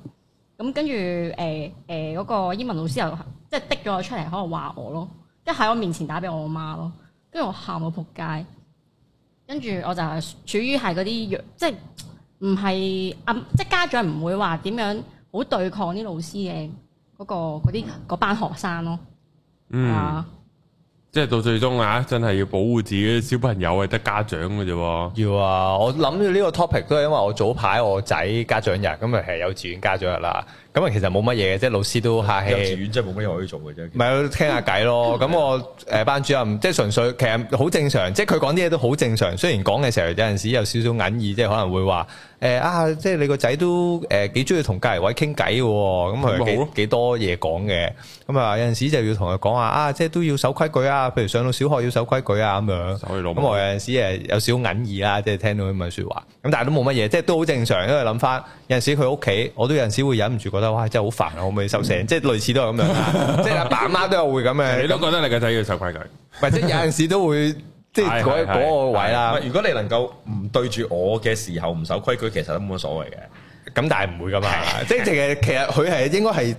Speaker 2: 咁跟住誒誒嗰個英文老師又即係滴咗我出嚟，可能話我咯，即係喺我面前打俾我阿媽咯，跟住我喊到仆街，跟住我就係處於係嗰啲弱即係。唔係暗，即係家長唔會話點樣好對抗啲老師嘅嗰、個嗰啲嗰班學生咯，係
Speaker 1: 嗯，
Speaker 2: 啊，
Speaker 1: 即係到最終啊，真係要保護自己嘅小朋友，係得家長嘅啫喎。
Speaker 3: 要啊！我諗住呢個 topic 都係因為我早排我仔家長日，咁啊係幼稚園家長日啦。咁啊其實冇乜嘢嘅，即係老師都客
Speaker 4: 幼稚
Speaker 3: 氣，
Speaker 4: 園真係冇乜嘢可以做嘅啫。其實
Speaker 3: 咪傾下偈 咯。咁我誒班主任即係純粹其實好正常，即係佢講啲嘢都好正常。雖然講嘅時候有陣時有少少隱意，即係可能會話誒啊，即係你個仔都誒幾中意同隔離位傾偈喎，咁
Speaker 1: 咁咪
Speaker 3: 佢
Speaker 1: 好
Speaker 3: 幾
Speaker 1: 咯
Speaker 3: 幾多嘢講嘅。咁啊有陣時就要同佢講話啊，即係都要守規矩啊，譬如上到小學要守規矩啊咁樣。
Speaker 1: 所以老
Speaker 3: 咁
Speaker 1: 母
Speaker 3: 我有陣時誒有少少銀耳啦，即係聽到咁嘅説話，咁但係都冇乜嘢，即係都好正常。因為諗翻有陣時佢屋企，我都有陣時會忍唔住覺得哇，真係好煩啊，可唔可以收聲？即係類似都係咁樣啦，即係阿爸阿媽都有會咁
Speaker 1: 你都
Speaker 3: 嘅，
Speaker 1: 覺得你嘅仔要守規矩，
Speaker 3: 或者有陣時都會即係嗰
Speaker 1: 係係
Speaker 3: 嗰個位啦
Speaker 4: 唔。係如果你能夠唔對住我嘅時候唔守規矩，其實都冇乜所謂嘅。
Speaker 3: 咁但係唔會噶嘛，即係其實其實佢係應該係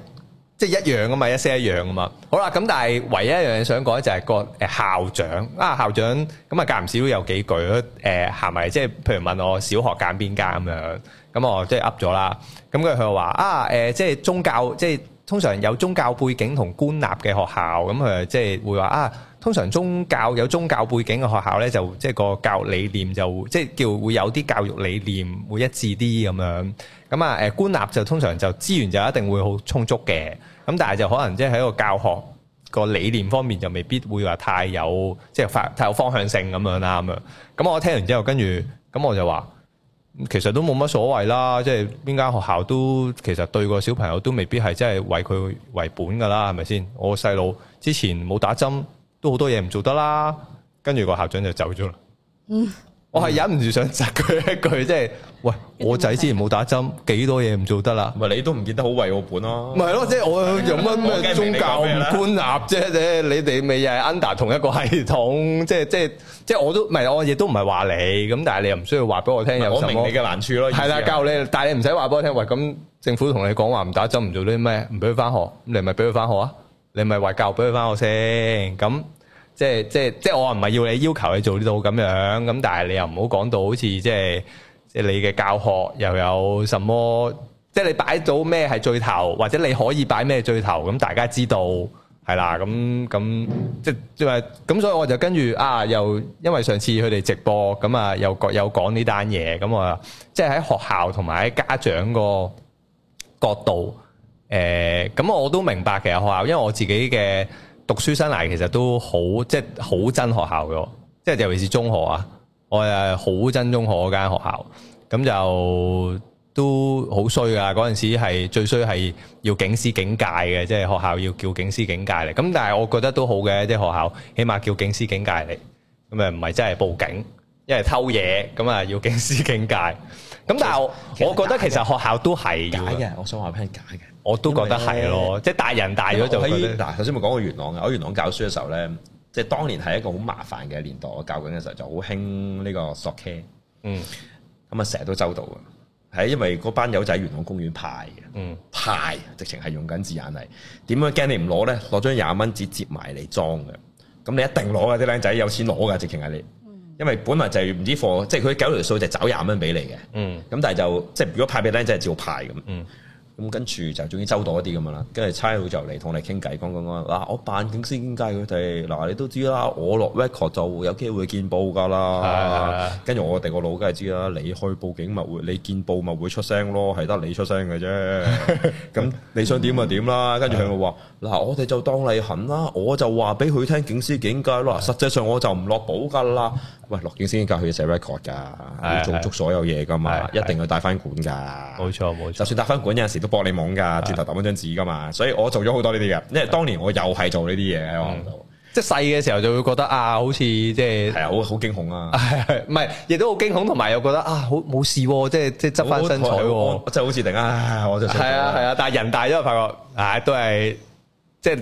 Speaker 3: 即係一樣噶嘛，一些一樣噶嘛。好啦，咁但係唯一一樣嘢想講就係個誒校長啊，校長咁啊間唔時都有幾句誒行埋，即係譬如問我小學揀邊間咁樣，咁我即係噏咗啦。咁跟住佢就話啊誒，即係宗教即係。通常有宗教背景同官立嘅學校，咁佢即係會話啊。通常宗教有宗教背景嘅學校咧，就即係個教育理念就即係叫會有啲教育理念會一致啲咁樣。咁啊誒官立就通常就資源就一定會好充足嘅，咁但係就可能即係喺個教學個理念方面就未必會話太有即係發太有方向性咁樣啦咁樣。咁我聽完之後，跟住咁我就話。其實都冇乜所謂啦，即係邊間學校都其實對個小朋友都未必係真係為佢為本噶啦，係咪先？我細佬之前冇打針，都好多嘢唔做得啦，跟住個校長就走咗啦。我係忍唔住想窒佢一句，即係喂，我仔之前冇打針，幾多嘢唔做得啦。
Speaker 4: 唔啊係你都唔見得好為我本咯
Speaker 3: 唔。係咯，即係 我有乜咩宗教唔官立啫？你你哋咪又係 under 同一個系統， 即係即係即係我都唔係，我亦都唔係話你咁，但係你又唔需要話俾我聽有
Speaker 4: 我
Speaker 3: 什
Speaker 4: 明
Speaker 3: 麼
Speaker 4: 你。嘅難處咯。
Speaker 3: 係啦，
Speaker 4: 意思係
Speaker 3: 教你，但係你唔使話俾我聽，喂，咁政府同你講話唔打針唔做啲咩，唔俾佢翻學，咁你咪俾佢翻學啊？你咪話教俾佢翻學先，咁即係即係即係我話唔係要你要求你做呢度咁樣，咁但係你又唔好講到好似即係即係你嘅教學又有什麼，即係你擺到咩係最頭，或者你可以擺咩最頭，咁大家知道。係啦，咁咁即即係咁，所以我就跟住啊，又因為上次佢哋直播咁啊，又講又講呢單嘢，咁我即係喺學校同埋喺家長個角度，誒、咁我都明白其實學校，因為我自己嘅讀書生涯其實都好即係好憎學校嘅，即係尤其是中學啊，我係好憎中學嗰間學校，咁就都好衰噶，嗰陣時係最衰係要警司警戒嘅，即係學校要叫警司警戒嚟，咁但係我覺得都好嘅，即係學校起碼叫警司警戒嚟，咁啊唔係真係報警，因為偷嘢咁啊要警司警戒，咁但係我
Speaker 4: 其實
Speaker 3: 我覺得其實學校都係要嘅。
Speaker 4: 假嘅，我想話俾你聽假嘅。
Speaker 3: 我都覺得係咯，即係大人大咗就
Speaker 4: 因為
Speaker 3: 覺
Speaker 4: 我喺
Speaker 3: 得
Speaker 4: 嗱，頭先咪講過元朗嘅，啊我喺元朗教書嘅時候咧，即係當年係一個好麻煩嘅年代。我教緊嘅時候就好興呢個索 K，
Speaker 3: 嗯
Speaker 4: 咁啊成日都周到嘅，係因為嗰班友仔元朗公園派嘅，
Speaker 3: 嗯，
Speaker 4: 派直情係用緊字眼嚟，點樣驚你唔攞呢？攞張廿蚊紙折埋嚟裝嘅，咁你一定攞嘅啊啲僆仔有錢攞嘅，直情係你，因為本來就係唔知貨，即係佢搞條數就找廿蚊俾你嘅，
Speaker 3: 嗯，
Speaker 4: 咁但係就即係如果派俾僆仔係照派咁，
Speaker 3: 嗯
Speaker 4: 咁跟住就終於周到一啲咁樣啦，跟住差佬就嚟同我哋傾偈，講講講嗱，我扮警司點解佢哋嗱你都知啦，我落 record 就有機會見報㗎
Speaker 3: 係係
Speaker 4: 啦
Speaker 3: 係，
Speaker 4: 跟住我哋個腦梗係知啦，你去報警咪會，你見報咪會出聲咯，係得你出聲嘅 啫，咁你想點就點啦，跟住佢話嗱我哋就當例行啦，我就話俾佢聽警司警戒啦，實際上我就唔落保㗎啦，喂落警司警戒佢要寫 record 㗎，
Speaker 3: 係
Speaker 4: 要做足所有嘢㗎嘛，
Speaker 3: 係
Speaker 4: 一定要帶翻管㗎。
Speaker 3: 冇錯啊冇錯，
Speaker 4: 就算打翻管有陣時都搏你懵㗎，轉頭揼翻張紙㗎嘛，所以我做咗好多呢啲
Speaker 3: 啊
Speaker 4: 嘅，因為當年我又係做呢啲嘢喺我行度，
Speaker 3: 即係細嘅時候就會覺得啊，好似即係。
Speaker 4: 係啊，好好驚恐啊！
Speaker 3: 係係 唔係，亦都好驚恐，同埋又覺得啊，好冇事喎，即係即係執翻身材
Speaker 4: 我
Speaker 3: 喎
Speaker 4: 我。即係好似突然間唉，我就想
Speaker 3: 係 啊係啊，但係人大咗就發覺，唉，都係即係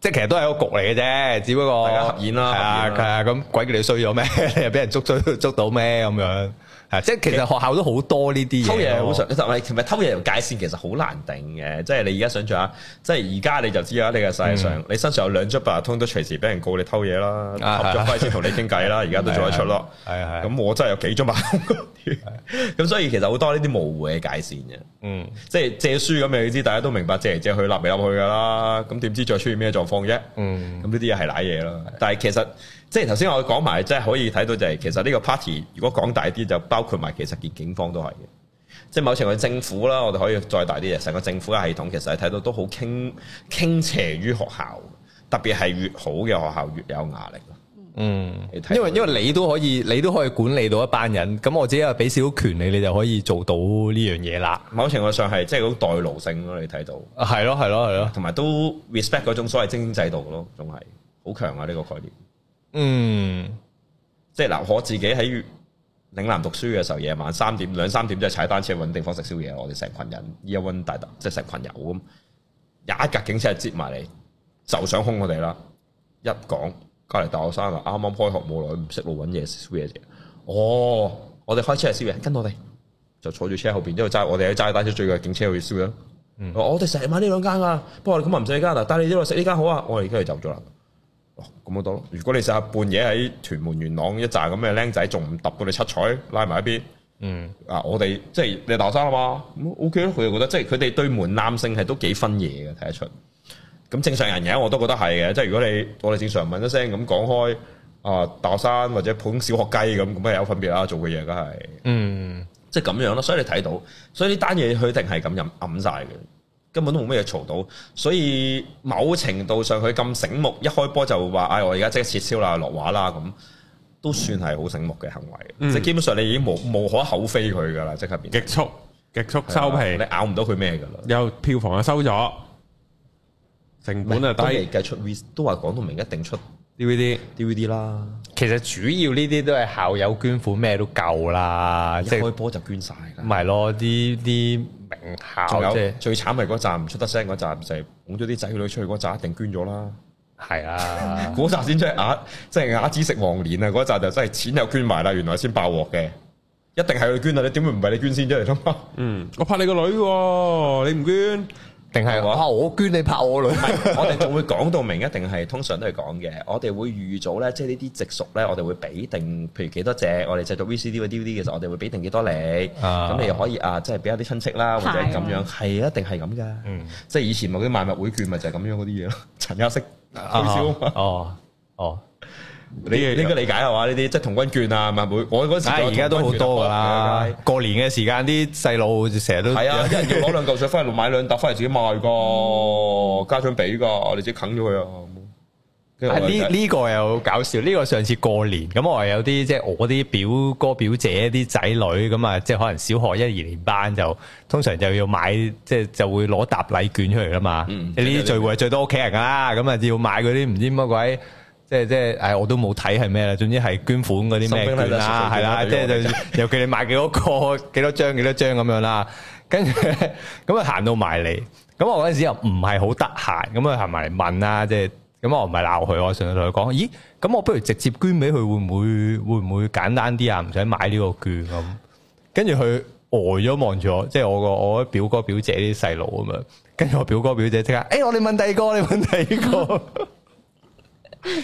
Speaker 3: 即係其實都係一個局嚟嘅啫，只不過
Speaker 4: 大家合演啦
Speaker 3: 係啊
Speaker 4: 合演
Speaker 3: 係啊，咁鬼叫你衰咗咩？ 你又俾人捉咗捉到咩咁樣？係啊即係其實學校都好多呢啲嘢咯。啊
Speaker 4: 偷嘢好常，同埋同埋偷嘢條界線其實好難定嘅，即係你而家想象下，即係而家你就知啊啦，呢個世界上你身上有兩張八達通都隨時俾人告你偷嘢啦，
Speaker 3: 嗯啊
Speaker 4: 合咗輝先同你 傾偈啦，而家都做得出咯。
Speaker 3: 係啊係啊，啊咁
Speaker 4: 咁我真係有幾張八達通，咁所以其實好多呢啲模糊嘅界線嘅。
Speaker 3: 嗯
Speaker 4: 即係借書咁，你知大家都明白借嚟借去，立嚟立去噶啦。咁點知再出現咩狀況啫？
Speaker 3: 嗯
Speaker 4: 咁呢啲嘢係賴嘢啦。但係其實即係頭先我講埋，即係可以睇到就係、其實呢個 party 如果講大啲，就包括埋其實見警方都係嘅。即係某程度政府啦，我哋可以再大啲嘅，成個政府嘅系統其實係睇到都好傾傾斜於學校，特別係越好嘅學校越有壓力咯。
Speaker 3: 嗯
Speaker 4: 你睇，
Speaker 3: 因為因為你都可以你都可以管理到一班人，咁我只係俾少少權利，你就可以做到呢樣嘢啦。
Speaker 4: 某程度上係即係嗰種代勞性咯，你睇到。
Speaker 3: 啊係咯係咯係咯，
Speaker 4: 同埋都 respect 嗰種所謂精英制度咯，仲係好強啊！呢、個概念，
Speaker 3: 嗯。
Speaker 4: 即係嗱，我自己喺嶺南讀書嘅時候，夜晚三點兩三點就踩單車揾地方食宵夜，我哋成群人 e a 大特，即係成群友咁，有一架警車就接埋嚟，就想兇我哋啦。一講隔離大學生啊，啱啱開學冇耐，唔識路揾嘢食宵夜啫。哦，我哋開車去宵夜，跟我哋就坐住車後邊，一路揸我哋喺揸單車最近警車去宵夜咯。哦我我哋成日買呢兩間啊，不過咁啊唔食呢間啦，帶你一路食呢間好啊，我哋跟住走咗啦。哦，咁咪得咯。如果你成日半夜喺屯門元朗一紮咁嘅僆仔，仲唔揼到你七彩拉埋一邊？
Speaker 3: 嗯
Speaker 4: 啊，我哋即係你係大學生啊嘛，咁 OK 咯。佢就覺得即係佢哋對門檻性係都幾分嘢嘅，睇得出。咁正常人嘅我都覺得係嘅，即係如果你我哋正常問一聲咁講開啊，大學生或者普通小學雞咁，咁啊有分別啦，做嘅嘢梗係
Speaker 3: 嗯，
Speaker 4: 即係咁樣咯。所以你睇到，所以呢單嘢佢一定係咁任揞晒嘅，根本都冇乜嘢嘈到。所以某程度上佢咁醒目，一開波就話：，唉、哎我而家即刻撤銷啦，落畫啦咁。都算係好醒目嘅行為，
Speaker 1: 嗯
Speaker 4: 即係基本上你已經無無可厚非佢噶啦，即刻變
Speaker 1: 極速極速收
Speaker 4: 啊你
Speaker 1: 皮，
Speaker 4: 咬唔到佢咩噶啦。
Speaker 1: 又票房又收咗，成本又
Speaker 4: 都未
Speaker 1: 低
Speaker 4: 計出 V，都話講到明一定出
Speaker 1: ，DVD
Speaker 4: DVD 啦，
Speaker 3: 其實主要呢啲都係校友捐款，咩都夠啦，
Speaker 4: 一
Speaker 3: 即
Speaker 4: 開
Speaker 3: 係
Speaker 4: 波就捐晒
Speaker 3: 唔
Speaker 4: 啦。
Speaker 3: 係咯？啲啲名
Speaker 4: 仲
Speaker 3: 啊校即
Speaker 4: 有
Speaker 3: 係
Speaker 4: 最慘係嗰站唔出得聲嗰站，就係拱咗啲仔女出去嗰站一定捐咗啦。
Speaker 3: 係 啊，
Speaker 4: 嗰集先真係啞，即係啞子食黃連啊！嗰集就真係錢又捐埋啦，原來先爆鑊嘅，一定係佢捐啊！你點會唔係你捐先出嚟啫嘛？
Speaker 1: 嗯，我拍你個女喎，你唔捐，
Speaker 3: 定係
Speaker 4: 係嘛
Speaker 3: 啊我捐你拍我女，
Speaker 4: 我哋仲會講到明，一定係通常都係講嘅。我哋會預早咧，即係呢啲直屬咧，我哋會俾定，譬如幾多隻，我哋製作 VCD 或 DVD 嘅時候，我哋會俾定幾多你。咁、
Speaker 3: 啊
Speaker 4: 你又可以啊，即係俾一啲親戚啦，或者
Speaker 2: 係
Speaker 4: 咁
Speaker 2: 啊
Speaker 4: 樣，係一定係咁噶。
Speaker 3: 嗯
Speaker 4: 即係以前嗰啲賣物會券咪就係咁樣嗰啲嘢咯， 陳家式推銷啊嘛
Speaker 3: 啊哦哦，
Speaker 4: 你你應該理解係嘛？呢啲即係童軍券啊，物會我嗰時
Speaker 3: 唉，而家都好多噶啦
Speaker 4: 係啊。
Speaker 3: 過年嘅時間啲細路成日都
Speaker 4: 係啊，一人要攞兩嚿水翻嚟買兩沓翻嚟自己賣噶，家長俾噶，你自己啃咗佢啊。跟住
Speaker 3: 啊
Speaker 4: 我
Speaker 3: 呢呢個又搞笑，呢個上次過年咁，我係有啲即係我啲表哥表姐啲仔女咁啊，即係可能小學一二年班就通常就要買，即係就會攞沓禮券出嚟啦嘛。
Speaker 4: 嗯
Speaker 3: 即係呢啲聚會係最多屋企人噶啦，咁啊要買嗰啲唔知乜鬼。即係即係，誒我都冇睇係咩啦，總之係捐款嗰啲咩
Speaker 4: 送俾
Speaker 3: 券
Speaker 4: 你啦
Speaker 3: 啦，係啦，
Speaker 4: 送
Speaker 3: 即
Speaker 4: 俾
Speaker 3: 係
Speaker 4: 你啦
Speaker 3: 就尤其你買幾多個、 幾多張、幾多張咁樣啦，跟住 呢咁啊行到埋嚟，咁我嗰陣時又唔係好得閒，咁啊行埋嚟問啦，即係咁啊我唔係鬧佢，我純粹同佢講，咦，咁我不如直接捐俾佢會唔會會唔會簡單啲啊？唔使買呢個券咁。跟住佢呆咗望住我，即係我個我表哥表姐啲細路咁樣。跟住我表哥表姐即刻，誒、哎我哋問第二個，我哋問第二個。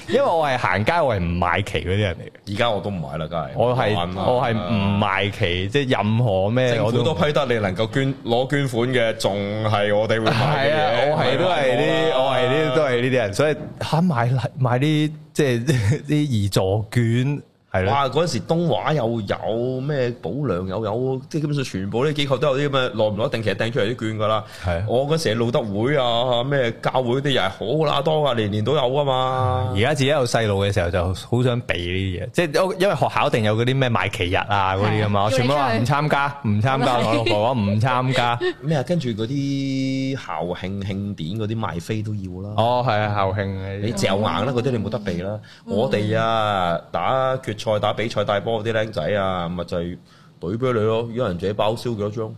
Speaker 3: 因為我係行街，我係唔買旗嗰啲人嚟嘅，
Speaker 4: 而家我都唔買啦，梗係
Speaker 3: 我係
Speaker 4: 玩啦
Speaker 3: 我係唔買旗，即係任何咩
Speaker 4: 啊政
Speaker 3: 我
Speaker 4: 府
Speaker 3: 都
Speaker 4: 都批得你能夠捐攞捐款嘅，仲係我哋會買
Speaker 3: 係
Speaker 4: 嘅
Speaker 3: 啊，
Speaker 4: 嘢。啊
Speaker 3: 我係都係呢，
Speaker 4: 啦
Speaker 3: 我係呢，都係呢啲人，所以嚇買禮買啲即係 啲義助券係咯，
Speaker 4: 哇！嗰陣時東華又有咩保良又有，即係基本上全部呢啲機構都有啲咁嘅耐唔耐定期掟出嚟啲券噶啦。
Speaker 3: 係啊
Speaker 4: 我嗰時係路德會啊，咩教會啲又係好啦多啊，年年都有噶嘛
Speaker 3: 而。家自己有細路嘅時候就好想避呢啲嘢，即係哦我因為學校一定有嗰啲咩買旗日啊嗰啲啊
Speaker 2: 係
Speaker 3: 嘛，
Speaker 2: 啊
Speaker 3: 我全部都話
Speaker 2: 叫
Speaker 3: 唔
Speaker 2: 你出去
Speaker 3: 參加，唔 參加，
Speaker 2: 係
Speaker 3: 我老婆話唔參 加。
Speaker 4: 咩啊？跟住嗰啲校慶慶典嗰啲賣飛都要啦。
Speaker 3: 哦，係啊，校慶嘅
Speaker 4: 你嚼硬啦，嗰啲你冇得避啦。我哋啊，打決賽、打比賽、大波嗰啲僆仔啊，咪就係隊俾你咯，一人自己包燒幾多張？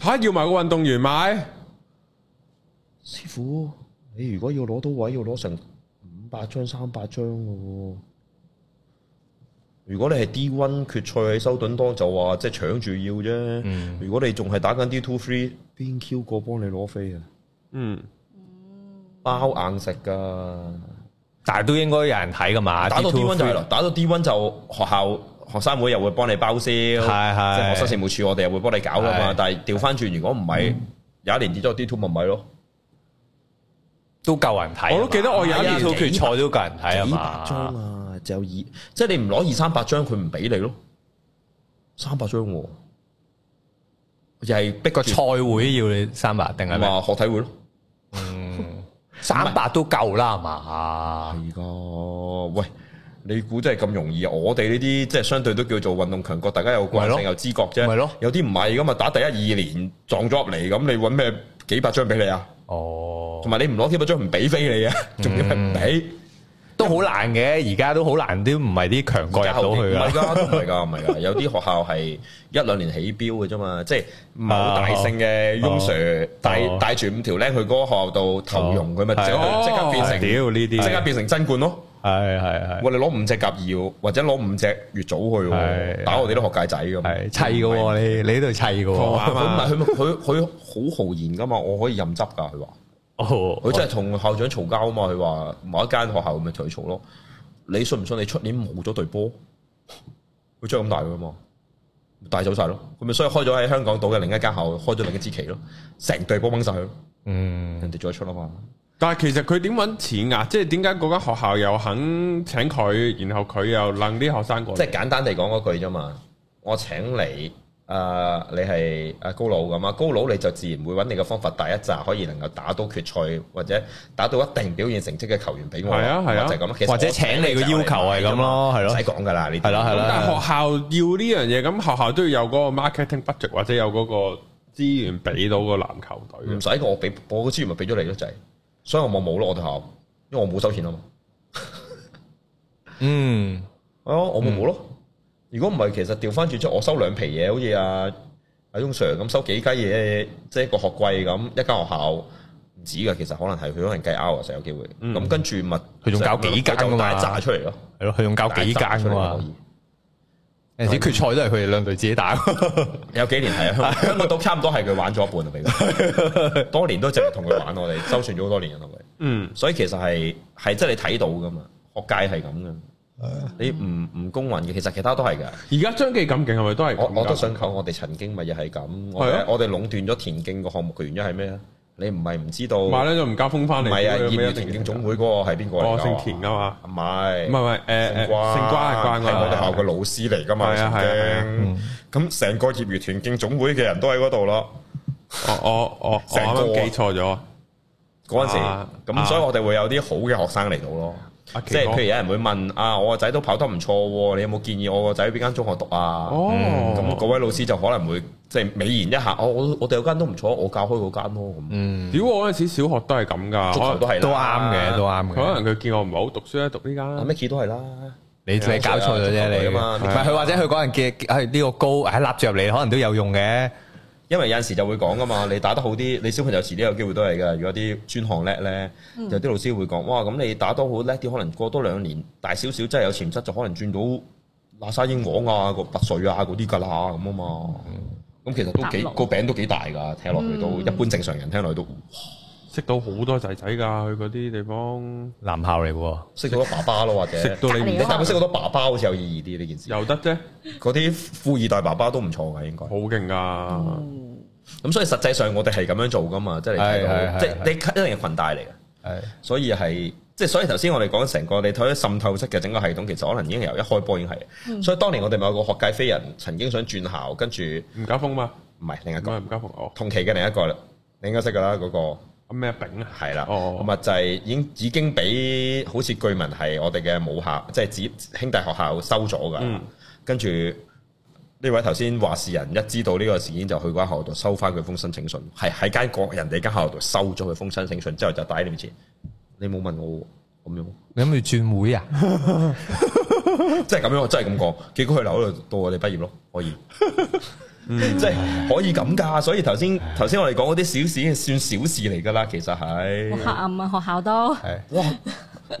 Speaker 1: 吓要埋個運動員買，
Speaker 4: 師傅，你如果要攞到位，要攞成五百張、三百張嘅喎。如果你係 D one 決賽喺修頓多，就話即係搶住要啫。如果你仲係打緊 D two three，邊 Q 個幫你攞飛啊？
Speaker 1: 嗯，
Speaker 4: 包硬食㗎。
Speaker 3: 但係都應該有人睇噶嘛，
Speaker 4: 打到 D1 就係
Speaker 3: D2
Speaker 4: 啦，打到 D1 就學校學生會又會幫你包銷，即
Speaker 3: 係係
Speaker 4: 係學生事務處我哋又會幫你搞噶嘛
Speaker 3: 係。
Speaker 4: 但係調翻轉，如果唔係有一年跌咗 D2 咪咪咯，
Speaker 3: 都夠人睇。啊
Speaker 1: 我都記得我有一年
Speaker 3: 年
Speaker 1: 做
Speaker 3: 決賽都夠人睇啊
Speaker 4: 幾百張
Speaker 3: 嘛，
Speaker 4: 啊，就有二，即係你唔攞二三百張，佢唔俾你咯，三百張喎，又係
Speaker 3: 個
Speaker 4: 逼個
Speaker 3: 賽會要你三百定係咩？
Speaker 4: 嘛學體會咯，
Speaker 3: 三百都夠啦係嘛，
Speaker 4: 係噶，喂。你估真係咁容易啊？我哋呢啲即係相對都叫做運動強國，大家有慣
Speaker 3: 咪咯
Speaker 4: 性有知覺啫。
Speaker 3: 咪咯
Speaker 4: 有啲唔係噶嘛，打第一二年撞咗入嚟，咁你揾咩幾百張俾你啊？
Speaker 3: 哦嗯
Speaker 4: 同。埋你唔攞幾百張唔俾飛你啊，仲要係唔俾。
Speaker 3: 都好難嘅，而家都好難，都唔係啲強國入到去啊
Speaker 4: 唔係
Speaker 3: 噶。
Speaker 4: 㗎，都唔 係㗎，唔係㗎。有啲學校係一兩年起標嘅啫嘛，即係某大姓嘅
Speaker 3: 啊哦
Speaker 4: Young Sir 帶
Speaker 3: 哦
Speaker 4: 帶住五條僆去嗰個學校度投用佢，咪
Speaker 3: 哦
Speaker 4: 即刻
Speaker 1: 係
Speaker 4: 即刻變
Speaker 1: 係
Speaker 4: 成
Speaker 3: 屌呢啲
Speaker 4: 即刻變成真冠咯。
Speaker 3: 係係係
Speaker 4: 我哋攞五隻甲二，或者攞五隻月早去
Speaker 3: 係
Speaker 4: 喎，打我哋啲學界仔咁。
Speaker 3: 係砌嘅
Speaker 4: 唔係啊
Speaker 3: 喎，你你呢度砌嘅喎。
Speaker 1: 哇
Speaker 4: 佢唔係佢咪佢佢好豪言噶嘛，我可以任執噶，佢話
Speaker 3: 哦，
Speaker 4: 佢真係同校長嘈交啊嘛，佢話某一間學校咪同佢嘈咯，你信唔信你出年冇咗隊波？佢真係咁大噶嘛，帶走晒咯，佢咪所以開咗喺香港島嘅另一間校開咗另一支旗咯，成隊波掹晒佢咯，
Speaker 3: 嗯，
Speaker 4: 人哋再出啊嘛，
Speaker 1: 但係其實佢點揾錢啊？即係點解嗰間學校又肯請佢，然後佢又楞啲學生過
Speaker 4: 即
Speaker 1: 嚟？
Speaker 4: 係簡單地講嗰句啫嘛，我請你。誒、你係阿高佬咁啊，高佬你就自然會揾你嘅方法，第一紮可以能夠打到決賽或者打到一定表現成績嘅球員俾我，
Speaker 1: 係啊係啊
Speaker 4: 就係咁咯。其實
Speaker 3: 或者
Speaker 4: 我
Speaker 3: 請你嘅要求係咁咯係咯
Speaker 4: 唔使講㗎啦，呢啲
Speaker 3: 係啦係啦
Speaker 1: 咁但係學校要呢樣嘢，咁學校都要有嗰個 marketing budget 或者有嗰個資源俾到個籃球隊
Speaker 4: 唔
Speaker 1: 嘅。
Speaker 4: 使我俾我個資源咪俾咗你咯，就係，所以我冇冇咯，我哋學校，因為我冇收錢啊嘛，
Speaker 3: 嗯，
Speaker 4: 係啊，我冇冇咯。如果唔係，其實調翻轉即係我收兩皮嘢，好似阿阿翁 Sir 咁收幾雞嘢，即係一個學季咁，一間學校唔止㗎，其實可能係佢可能計 hours 有機會，咁、跟住咪
Speaker 3: 佢仲搞幾間㗎
Speaker 4: 就
Speaker 3: 嘛
Speaker 4: 大炸出嚟咯，
Speaker 3: 係嗯咯，佢仲搞幾間
Speaker 4: 大炸出
Speaker 3: 㗎
Speaker 4: 嚟
Speaker 3: 嘛
Speaker 4: 可。以
Speaker 3: 有陣時決賽都係佢哋兩隊自己打。
Speaker 4: 有幾年係啊，香港都差唔多係佢玩咗一半啊，俾佢， 多年都淨係同佢玩，我哋周旋咗好多年啊，同佢。
Speaker 1: 嗯，
Speaker 4: 所以其實係係真係你睇到噶嘛，學界係咁噶，
Speaker 3: 啊
Speaker 4: 你唔唔公允嘅，其實其他都係噶。
Speaker 1: 而家張記咁勁係咪都係咁
Speaker 4: 我
Speaker 1: 㗎？
Speaker 4: 我都想講，我哋曾經咪又係咁，我
Speaker 1: 係
Speaker 4: 哋
Speaker 1: 啊
Speaker 4: 我哋壟斷咗田徑個項目嘅原因係咩啊？你唔係唔知道，
Speaker 1: 買
Speaker 4: 唔
Speaker 1: 咧就唔交封翻嚟。
Speaker 4: 係啊，
Speaker 1: 咁樣
Speaker 4: 業
Speaker 1: 咩
Speaker 4: 餘
Speaker 1: 一定
Speaker 4: 田
Speaker 1: 要
Speaker 4: 徑總會嗰個係邊個嚟
Speaker 1: 哦
Speaker 4: 㗎？
Speaker 1: 姓田㗎嘛？
Speaker 4: 唔係
Speaker 1: 唔係唔係，誒誒，
Speaker 4: 姓關
Speaker 1: 姓關係關
Speaker 4: 係我哋學校
Speaker 1: 關。
Speaker 4: 嘅老師嚟㗎嘛？
Speaker 1: 係啊係啊係啊
Speaker 4: 曾經咁成個業餘田徑總會嘅人都喺嗰度啦。
Speaker 1: 我我我我
Speaker 4: 成個啊
Speaker 1: 啱啱記錯咗。
Speaker 4: 嗰陣時，
Speaker 1: 啊
Speaker 4: 咁、
Speaker 1: 啊
Speaker 4: 所以我哋會有啲好嘅學生嚟到咯。
Speaker 1: 阿
Speaker 4: 即係
Speaker 1: 奇哥
Speaker 4: 譬如有人會問啊，我個仔都跑得唔錯喎，你有冇建議我個仔邊間中學讀啊？
Speaker 1: 哦，
Speaker 4: 咁嗰位老師就可能會即係美言一下，哦，我我哋有間都唔錯，我教開嗰間咯。咁
Speaker 1: 屌我嗰陣時小學都係咁㗎，
Speaker 4: 足球嗯都係
Speaker 3: 嗯
Speaker 4: 啦
Speaker 3: 都啱嘅，都啱
Speaker 1: 可
Speaker 3: 嘅。
Speaker 1: 能佢見我唔係好讀書咧，讀呢間
Speaker 4: 啊
Speaker 1: 啦。
Speaker 4: Micky 都係啦，
Speaker 3: 你你搞錯咗啫，你
Speaker 4: 係啊
Speaker 3: 唔係佢或者佢嗰人嘅係呢個高，係立住入嚟可能都有用嘅。
Speaker 4: 因為有陣時就會講噶嘛，你打得好啲，你小朋友遲啲有機會都係㗎。如果啲專項叻咧，有啲老師會講，哇，咁你打得好叻啲，可能過多兩年大少少真係有潛質，就可能轉到喇沙英皇啊、個拔萃啊嗰啲㗎啦咁啊嘛。咁其實都幾
Speaker 2: 搭落
Speaker 4: 個餅都幾大㗎，聽落去都
Speaker 2: 嗯
Speaker 4: 一般正常人聽落去都
Speaker 1: 識到好多仔仔㗎，去嗰啲地方
Speaker 3: 男校嚟喎，
Speaker 4: 識到好多爸爸咯，或者
Speaker 1: 識到你唔
Speaker 4: 你
Speaker 2: 隔離
Speaker 4: 但
Speaker 2: 嗰
Speaker 4: 係識好多爸爸好似有意義啲呢件事。
Speaker 1: 又得啫，
Speaker 4: 嗰啲富二代爸爸都唔錯㗎，應該
Speaker 1: 好。勁㗎，
Speaker 4: 咁所以實際上我哋係咁樣做㗎嘛，即係你睇
Speaker 3: 係係
Speaker 4: 到，
Speaker 3: 係
Speaker 4: 即係你一定係裙帶嚟嘅。
Speaker 3: 係
Speaker 4: 所以係即係所以頭先我哋講成個你睇咗滲透式嘅整個系統，其實可能已經由一開波已經係。所以當年我哋咪有個學界飛人曾經想轉校，跟住唔
Speaker 1: 吳家峰嘛，
Speaker 4: 係另一
Speaker 1: 唔係
Speaker 4: 個
Speaker 1: 吳家峰哦，
Speaker 4: 同期嘅另一個啦，你應該識㗎啦嗰個。
Speaker 1: 咩炳啊，
Speaker 4: 係啦，
Speaker 1: 哦
Speaker 4: 咁啊就係已經已經俾好似據聞係我哋嘅母校，即係子兄弟學校收咗㗎。
Speaker 1: 嗯
Speaker 4: 跟住呢位頭先話事人一知道呢個事件，就去嗰間學校度收翻佢封申請信，係喺間國人哋間學校度收咗佢封申請信之後，就擺喺你面前。你冇問我喎 咁樣，
Speaker 3: 你諗住轉會啊？
Speaker 4: 即係咁樣，我真係咁講。結果佢留喺度到我哋畢業咯，可以。
Speaker 1: 嗯
Speaker 4: 即係可以咁㗎，所以頭先頭先我哋講嗰啲小事算小事嚟㗎啦，其實係
Speaker 2: 好
Speaker 3: 嗯
Speaker 2: 黑暗啊！學校 都
Speaker 3: 係
Speaker 4: 哇！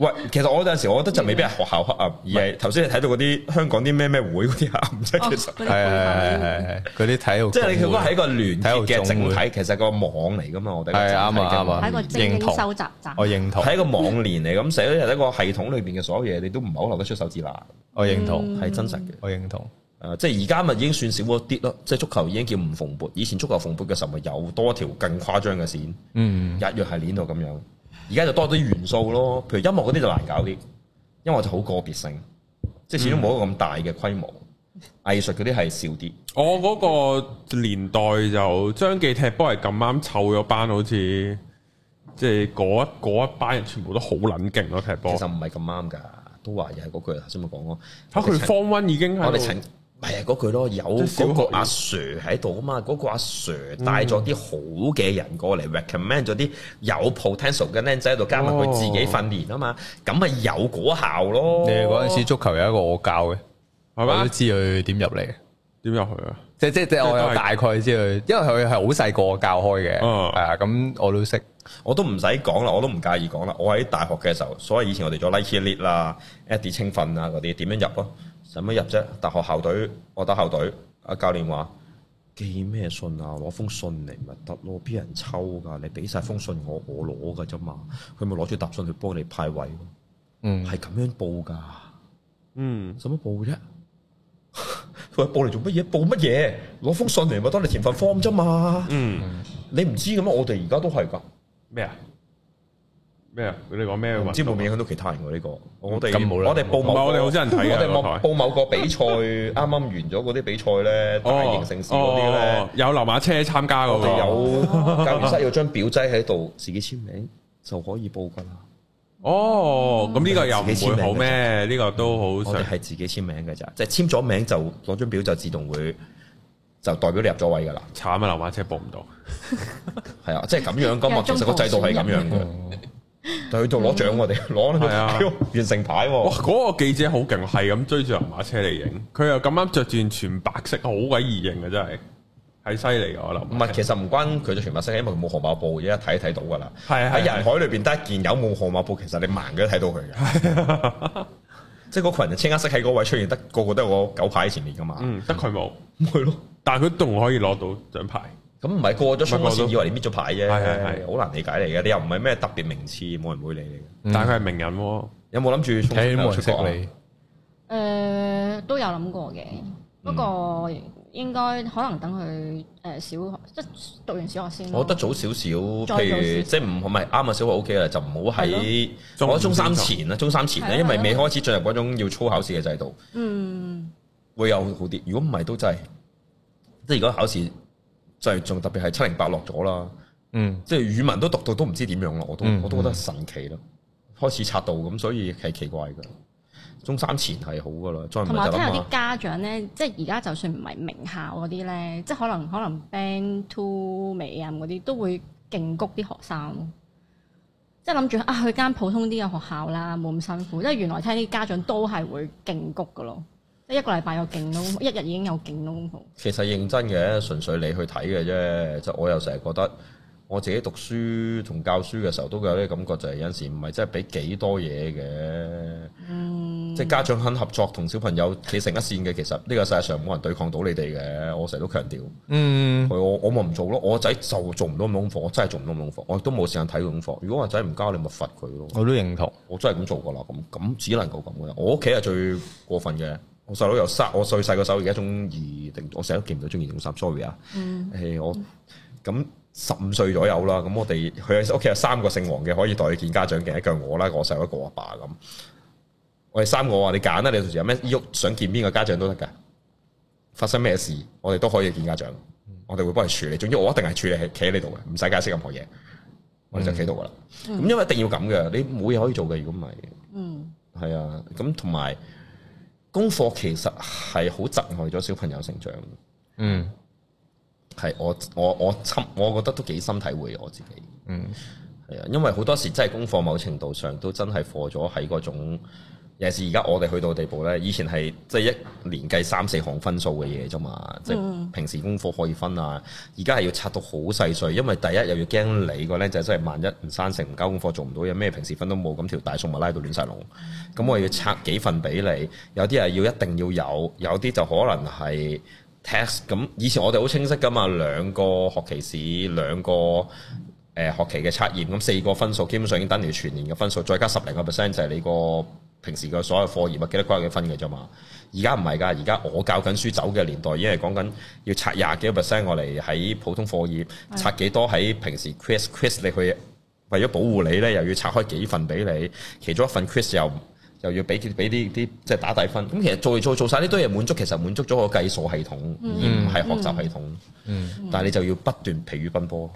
Speaker 4: 喂，其實我有陣時，我覺得就未必係學校黑暗，而係頭先你睇到嗰啲香港啲咩咩會嗰啲 黑暗啫。其實
Speaker 2: 哦嗰啲
Speaker 3: 係係係係嗰啲體育，
Speaker 4: 即係你佢嗰係一個聯結嘅整
Speaker 3: 體育總
Speaker 4: 體
Speaker 3: 會，
Speaker 4: 其實個網嚟噶嘛，我哋
Speaker 3: 係啱啊啱啊
Speaker 2: 係一個精
Speaker 3: 認同
Speaker 2: 英收集站，
Speaker 3: 我認同，
Speaker 4: 係一個網連嚟咁，寫咗一個系統裏邊嘅所有嘢，你都唔係好留得出手指罅，
Speaker 3: 我認同，
Speaker 4: 係真實嘅。
Speaker 3: 我認同，
Speaker 4: 誒，啊即係而家咪已經算少咗啲咯，即係足球已經叫唔蓬勃，以前足球蓬勃嘅時候咪有多條更誇張嘅線，
Speaker 3: 嗯，
Speaker 4: 一樣係鏈到咁樣。而家就多咗啲元素咯，譬如音樂嗰啲就難搞啲，音樂就好個別性，即係始終冇一個咁大嘅規模。
Speaker 1: 嗯
Speaker 4: 藝術嗰啲係少啲，
Speaker 1: 我嗰個年代就張記踢波係咁啱湊咗班，好似即係嗰一嗰一班人全部都好撚勁咯，踢
Speaker 4: 其
Speaker 1: 波。
Speaker 4: 實唔係咁啱㗎，都話又係嗰句頭先咪講咯。
Speaker 1: 嚇佢方溫已經
Speaker 4: 我哋
Speaker 1: 係
Speaker 4: 曾唔係啊嗰句咯，有
Speaker 1: 即係小學
Speaker 4: 嗰個阿 Sir 喺度啊嘛，嗰、個阿 Sir 帶咗啲好嘅人過嚟 recommend 咗啲有 potential 嘅僆仔喺度，加埋佢自己訓練啊嘛，咁咪有果效咯。
Speaker 3: 你哋嗰陣時足球有一個我教嘅，
Speaker 1: 係
Speaker 3: 我都
Speaker 1: 嘛？
Speaker 3: 知佢點入嚟嘅。
Speaker 1: 點入去啊？
Speaker 3: 即即即我有大概知佢，因為佢係好細個教開嘅，
Speaker 1: 嗯
Speaker 4: 哦
Speaker 3: 係啊，咁我都識。
Speaker 4: 我都唔使講啦，我都唔介意講啦。我喺大學嘅時候，所以以前我哋做 Nike Elite 啦、Eddie 青訓啊嗰啲，點樣入咯？使乜入啫？大學校隊，我打校隊，阿教練話寄咩信啊？攞封信嚟咪得咯，邊有人抽㗎？你俾晒封信我，我攞㗎啫嘛。佢咪攞住沓信去幫你派位咯，
Speaker 3: 嗯，
Speaker 4: 係咁樣報㗎，
Speaker 1: 嗯，
Speaker 4: 使乜報啫？佢話報嚟做乜嘢？報乜嘢？攞封信嚟咪當你填份 form 啫嘛。
Speaker 1: 嗯，
Speaker 4: 你唔知㗎嘛？我哋而家都係㗎。
Speaker 1: 咩啊？咩啊？你講咩運動啊？
Speaker 4: 唔知會唔會影響到其他人喎？呢個我哋
Speaker 3: 咁冇啦
Speaker 4: 我哋報某
Speaker 1: 唔係我哋好少人睇嘅
Speaker 4: 我
Speaker 1: 嗰
Speaker 4: 哋
Speaker 1: 台
Speaker 4: 某報某個比賽，啱啱完咗嗰啲比賽咧，大型城市嗰啲
Speaker 1: 哦
Speaker 4: 咧，
Speaker 1: 有流馬車參加嗰
Speaker 4: 我
Speaker 1: 個，
Speaker 4: 哋 有教員室有張表仔喺度，自己簽名就可以報㗎啦。
Speaker 1: 哦，咁呢個又唔會好
Speaker 4: 自己簽名
Speaker 1: 咩？呢個都好
Speaker 4: 我哋
Speaker 1: 常
Speaker 4: 係自己簽名㗎咋，即係簽咗名就攞張表就自動會就代表你入咗位㗎啦。
Speaker 1: 慘啊！流馬車報唔到，
Speaker 4: 係啊，即係咁樣㗎嘛。
Speaker 2: 有
Speaker 4: 其
Speaker 2: 中
Speaker 4: 實個制度係咁樣嘅，就去到攞獎我哋攞
Speaker 1: 係啊
Speaker 4: 咗完成牌
Speaker 1: 哇！
Speaker 4: 喎。
Speaker 1: 嗰個記者好勁，係咁追住流馬車嚟影，佢又咁啱着住全白色，好鬼易認嘅真係，係犀利嘅我諗。
Speaker 4: 唔係，其實唔關佢嘅全白色，因為佢冇號碼報，而家睇睇到㗎啦。
Speaker 1: 係
Speaker 4: 喺
Speaker 1: 係
Speaker 4: 人
Speaker 1: 人
Speaker 4: 海裏邊得一件有冇號碼簿，其實你盲嘅都睇到佢嘅。 即係嗰群人青黑色喺嗰位出現，得個個都有個狗牌喺前面噶嘛。
Speaker 1: 嗯，得佢冇，
Speaker 4: 咁係咯，
Speaker 1: 但係佢仲可以攞到獎牌。
Speaker 4: 咁唔係過咗衝
Speaker 1: 唔係
Speaker 4: 咗
Speaker 1: 過
Speaker 4: 線，
Speaker 1: 咗
Speaker 4: 以為你搣咗牌啫，
Speaker 1: 係係係
Speaker 4: 好難理解嚟嘅。你又唔係咩特別名次，冇人會理你嘅。
Speaker 3: 嗯
Speaker 1: 但係佢係名人喎，
Speaker 4: 有冇諗住衝
Speaker 3: 睇冇
Speaker 4: 出
Speaker 3: 人
Speaker 4: 國啊
Speaker 3: 識你，
Speaker 2: 誒都有諗過嘅，不過
Speaker 3: 嗯
Speaker 2: 應該可能等佢誒小學，即係讀完小學先咯。
Speaker 4: 我覺得早少少，
Speaker 2: 再
Speaker 4: 譬
Speaker 2: 早
Speaker 4: 如
Speaker 2: 少
Speaker 4: 即係唔係啱啊，小學 O K 啦，就唔好喺
Speaker 1: 係咯
Speaker 4: 我覺得中三前啦，中三前啦，
Speaker 2: 係咯
Speaker 4: 因為
Speaker 2: 係咯啊
Speaker 4: 未開始進入嗰種要操考試嘅制度，
Speaker 2: 嗯，
Speaker 4: 會有好啲。如果唔係都真係，即係如果考試就係仲特別係七零八落咗啦。
Speaker 3: 嗯，
Speaker 4: 即係語文都讀到都唔知點樣咯，我都
Speaker 3: 嗯
Speaker 4: 我都覺得神奇咯，開始刷到咁，所以係奇怪噶。中三前係好噶啦，再唔
Speaker 2: 同埋
Speaker 4: 係
Speaker 2: 我
Speaker 4: 就啊
Speaker 2: 聽有
Speaker 4: 諗
Speaker 2: 啲家長咧，即係而家就算唔係名校嗰啲咧，即係可能可能 Band Two 尾啊嗰啲都會勁谷啲學生咯。即係諗住啊，去間普通啲嘅學校啦，冇咁辛苦。即係原來聽啲家長都係會勁谷嘅咯，即係一個禮拜有勁咯，一日已經有勁咯功課。
Speaker 4: 其實認真嘅，純粹你去睇嘅啫。即係我又成日覺得我自己讀書同教書嘅時候都有啲感覺，就係有陣時唔係真係俾幾多嘢嘅。即係家長肯合作同小朋友企成一線嘅，其實呢個世界上冇人對抗到你哋嘅。我成日都強調，
Speaker 3: 嗯，
Speaker 4: 佢我我咪唔做咯。我仔就做唔到咁多功課，我真係做唔到咁多功課，我亦都冇時間睇佢功課。如果我仔唔交，你咪罰佢咯。
Speaker 3: 我都認同。
Speaker 4: 我真係咁做過啦，咁咁只能夠咁嘅。我屋企係最過分嘅。我細佬由三，我最細個細佬而家中二定，我成日都見唔到中二定中三，sorry 啊。誒、我咁十五歲左右啦，咁我哋佢喺屋企有三個姓黃嘅可以代佢見家長嘅，一個係我啦，我細佬一個阿爸咁。我哋三個話你揀啊啦，你到時有咩喐想見邊個家長都得㗎。發生咩事，我哋都可以見家長，我哋會幫佢處理。總之我一定係處理喺企喺呢度嘅，唔使解釋任何嘢，我哋就企喺度㗎啦。咁、因為一定要咁嘅，你冇嘢可以做嘅，如果唔係，
Speaker 2: 嗯
Speaker 4: 係啊，咁同埋功課其實係好窒礙咗小朋友成長，
Speaker 3: 嗯
Speaker 4: 係我我我深，我覺得都幾深體會嘅我自己，
Speaker 3: 嗯
Speaker 4: 係啊，因為好多時真係功課某程度上都真係課咗喺嗰種。尤其是而家我哋去到地步咧，以前係即係一年計三四項分數嘅嘢啫嘛，即係平時功課可以分啊。而家係要拆到好細碎，因為第一又要驚你個僆仔真係萬一唔生性唔交功課做唔到嘢，咩平時分都冇，咁條大數咪拉到亂晒龍。咁我要拆幾份俾你，有啲係要一定要有，有啲就可能係 test。咁以前我哋好清晰噶嘛，兩個學期試兩個。誒、呃學期嘅測驗，咁四個分數基本上已經等於全年嘅分數，再加十零個 percent 就係你個平時嘅所有課業啊，幾多關嘅分嘅啫嘛。而家唔係㗎，而家我教緊書走嘅年代已經係講緊要拆廿幾個 percent 我嚟喺普通課業，拆幾多喺平時 quiz quiz 你去為咗保護你咧，又要拆開幾份俾你，其中一份 quiz 又又要俾俾啲啲即係打底分。咁其實做做做晒呢堆嘢，滿足其實滿足咗個計數系統，而唔係學習系統。
Speaker 3: 嗯，
Speaker 4: 但係你就要不斷疲於奔波。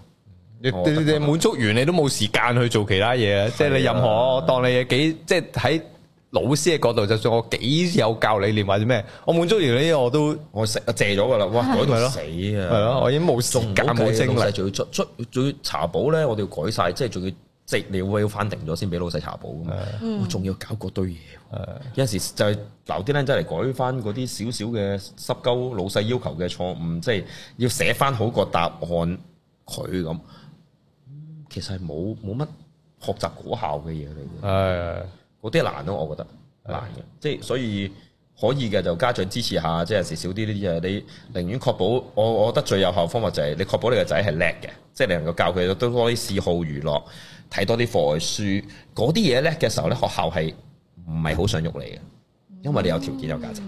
Speaker 3: 你
Speaker 4: 我覺
Speaker 3: 你
Speaker 4: 得
Speaker 3: 你滿足完，你都冇時間去做其他嘢啊！即係你任何當你嘢幾，即係喺老師嘅角度，就算我幾有教理念或者咩，我滿足完呢啲我都係
Speaker 4: 我食我借咗噶啦， 哇！改
Speaker 3: 咪
Speaker 4: 到
Speaker 3: 咯
Speaker 4: 死啊！
Speaker 3: 咯，我已經冇時
Speaker 4: 仲唔
Speaker 3: 間
Speaker 4: 好
Speaker 3: 冇
Speaker 4: 計
Speaker 3: 精
Speaker 4: 老細
Speaker 3: 力。
Speaker 4: 仲要出出仲要查簿咧，我哋要改晒，即係仲要即係你要要翻定咗先俾老細查簿咁。我仲要搞嗰堆嘢喎，有陣時就係留啲僆仔嚟改翻嗰啲少少嘅濕鳩老細要求嘅錯誤，即係要寫翻好個答案佢咁。嗯其實係冇冇乜學習果效嘅嘢嚟嘅。
Speaker 3: 係
Speaker 4: 嗰啲難咯，我覺得難嘅，即係所以可以嘅就家長支持下，即係有時少啲呢啲嘢，你寧願確保我我覺得最有效方法就係你確保你個仔係叻嘅，即係你能夠教佢多多啲嗜好娛樂，睇多啲課外書，嗰啲嘢叻嘅時候咧，學校係唔係好想喐你嘅，因為你有條件有價值。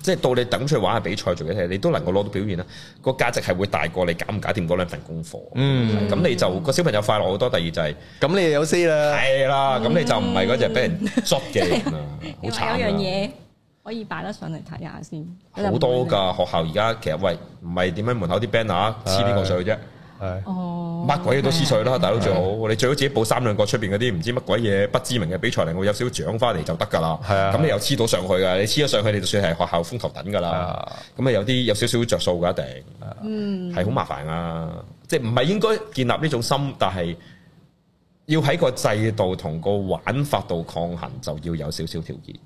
Speaker 4: 即係到你等出去玩下比賽做嘅嘢，你都能夠攞到表現啦。個價值係會大過你搞唔搞掂嗰兩份功課。
Speaker 3: 嗯，
Speaker 4: 咁你就個小朋友快樂好多。第二就係、
Speaker 3: 咁你有先啦。
Speaker 4: 係啦，咁你就唔係嗰只俾 人捉嘅人啦，好
Speaker 2: 嗯有
Speaker 4: 慘啊
Speaker 2: 樣嘢可以擺得上嚟睇下先，
Speaker 4: 好多。㗎學校而家其實喂，唔係點樣門口啲 banner 啊黐邊個上去啫，
Speaker 3: 係
Speaker 2: 哦，
Speaker 4: 乜鬼嘢都黐上去啦，大佬最好，你最好自己報三兩個出邊嗰啲唔知乜鬼嘢不知名嘅比賽嚟，我有少少獎翻嚟就得㗎啦。
Speaker 3: 係啊
Speaker 4: 咁你又黐到上去㗎，你黐咗上去你就算係學校風頭等㗎啦。
Speaker 3: 啊，
Speaker 4: 咁啊有啲有少少着數㗎，一定。
Speaker 2: 嗯，
Speaker 4: 係好麻煩啊！即係唔係應該建立呢種心，但係要喺個制度同個玩法度抗衡，就要有少少條件。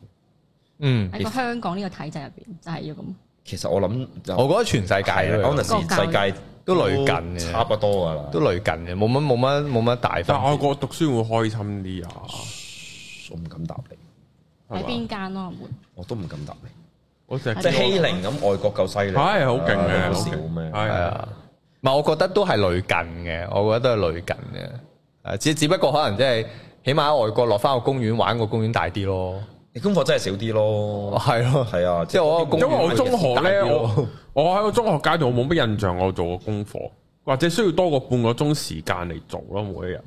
Speaker 3: 嗯，
Speaker 2: 喺個香港呢個體制入邊就係要咁。
Speaker 4: 其實我諗就
Speaker 3: 我覺啊得全世界
Speaker 4: 係啊
Speaker 3: 都有
Speaker 4: 啦
Speaker 2: 國教
Speaker 4: ，honestly 世界
Speaker 3: 都類近嘅
Speaker 4: 差不多噶啦。
Speaker 3: 都類近嘅，冇乜冇乜冇乜大分
Speaker 1: 但係外
Speaker 3: 別。
Speaker 1: 國讀書會開心啲啊，
Speaker 4: 我唔敢答你，
Speaker 2: 喺
Speaker 1: 係嘛
Speaker 2: 邊間咯？會
Speaker 4: 我都唔敢答你。
Speaker 1: 我成日
Speaker 4: 即係
Speaker 2: 係
Speaker 4: 欺凌咁，外國夠犀利，
Speaker 1: 係好勁嘅，好
Speaker 4: 好少
Speaker 1: 勁
Speaker 4: 咩？
Speaker 1: 係
Speaker 3: 係
Speaker 1: 啊，
Speaker 3: 啊，唔係我覺得都係類近嘅，我覺得都係類近嘅。啊，只只不過可能即係起碼喺外國落翻個公園玩個公園大啲咯。
Speaker 4: 你功課真係少啲咯，
Speaker 3: 哦係咯，
Speaker 4: 係啊，
Speaker 3: 即係我個公
Speaker 1: 因為
Speaker 3: 園
Speaker 1: 我中學咧，
Speaker 3: 大啲咯
Speaker 1: 我我喺我中學階段，我冇乜印象我做過功課，或者需要多過半個鐘時間嚟做咯，每一日。